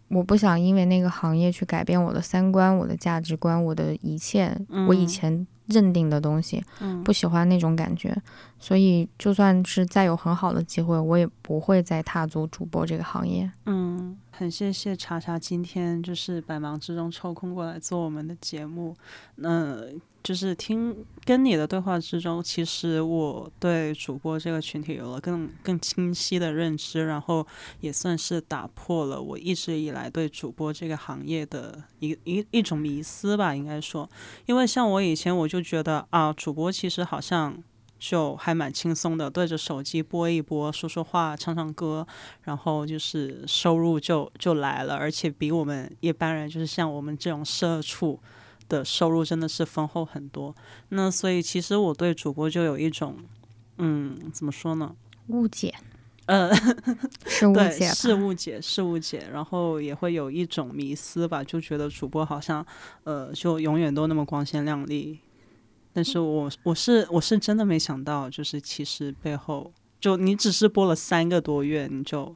[SPEAKER 2] 我不想因为那个行业去改变我的三观、我的价值观、我的一切，我以
[SPEAKER 1] 嗯
[SPEAKER 2] 前认定的东西，
[SPEAKER 1] 嗯
[SPEAKER 2] 不喜欢那种感觉，所以就算是再有很好的机会，我也不会再踏足主播这个行业。
[SPEAKER 1] 嗯，很谢谢茶茶今天就是百忙之中抽空过来做我们的节目。那、就是听跟你的对话之中，其实我对主播这个群体有了更更清晰的认知，然后也算是打破了我一直以来对主播这个行业的一一一种迷思吧，应该说，因为像我以前我就觉得啊，主播其实好像。就还蛮轻松的，对着手机播一播，说说话，唱唱歌，然后就是收入就就来了，而且比我们一般人，就是像我们这种社畜的收入真的是丰厚很多。那所以其实我对主播就有一种，嗯，怎么说呢？
[SPEAKER 2] 误解
[SPEAKER 1] 呃，
[SPEAKER 2] 是误
[SPEAKER 1] 对，
[SPEAKER 2] 解
[SPEAKER 1] 是
[SPEAKER 2] 吧？
[SPEAKER 1] 误解，是误解，然后也会有一种迷思吧，就觉得主播好像呃，就永远都那么光鲜亮丽。但是我我是我是真的没想到，就是其实背后就你只是播了三个多月，你就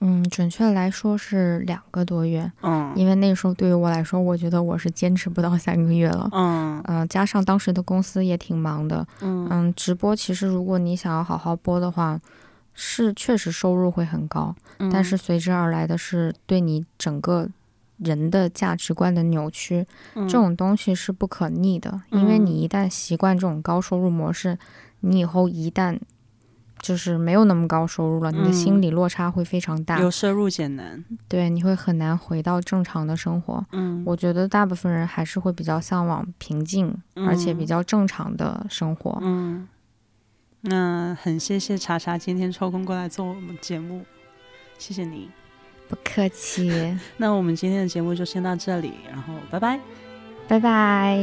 [SPEAKER 2] 嗯，准确来说是两个多月，
[SPEAKER 1] 嗯
[SPEAKER 2] 因为那时候对于我来说，我觉得我是坚持不到三个月了。
[SPEAKER 1] 嗯
[SPEAKER 2] 嗯、加上当时的公司也挺忙的，
[SPEAKER 1] 嗯
[SPEAKER 2] 嗯，直播其实如果你想要好好播的话，是确实收入会很高，
[SPEAKER 1] 嗯，
[SPEAKER 2] 但是随之而来的是对你整个人的价值观的扭曲，
[SPEAKER 1] 这
[SPEAKER 2] 这种东西是不可逆的，因
[SPEAKER 1] 嗯
[SPEAKER 2] 为你一旦习惯这种高收入模式，你以后一旦就是没有那么高收入了，你的心
[SPEAKER 1] 嗯
[SPEAKER 2] 理落差会非常大，
[SPEAKER 1] 由奢入俭难，
[SPEAKER 2] 对，你会很难回到正常的生活。
[SPEAKER 1] 嗯
[SPEAKER 2] 我觉得大部分人还是会比较向往平静，而且比
[SPEAKER 1] 嗯
[SPEAKER 2] 较正常的生活。
[SPEAKER 1] 嗯，那很谢谢茶茶今天抽空过来做我们节目，谢谢你。
[SPEAKER 2] 不客气，
[SPEAKER 1] 那我们今天的节目就先到这里，然后拜拜。
[SPEAKER 2] 拜拜。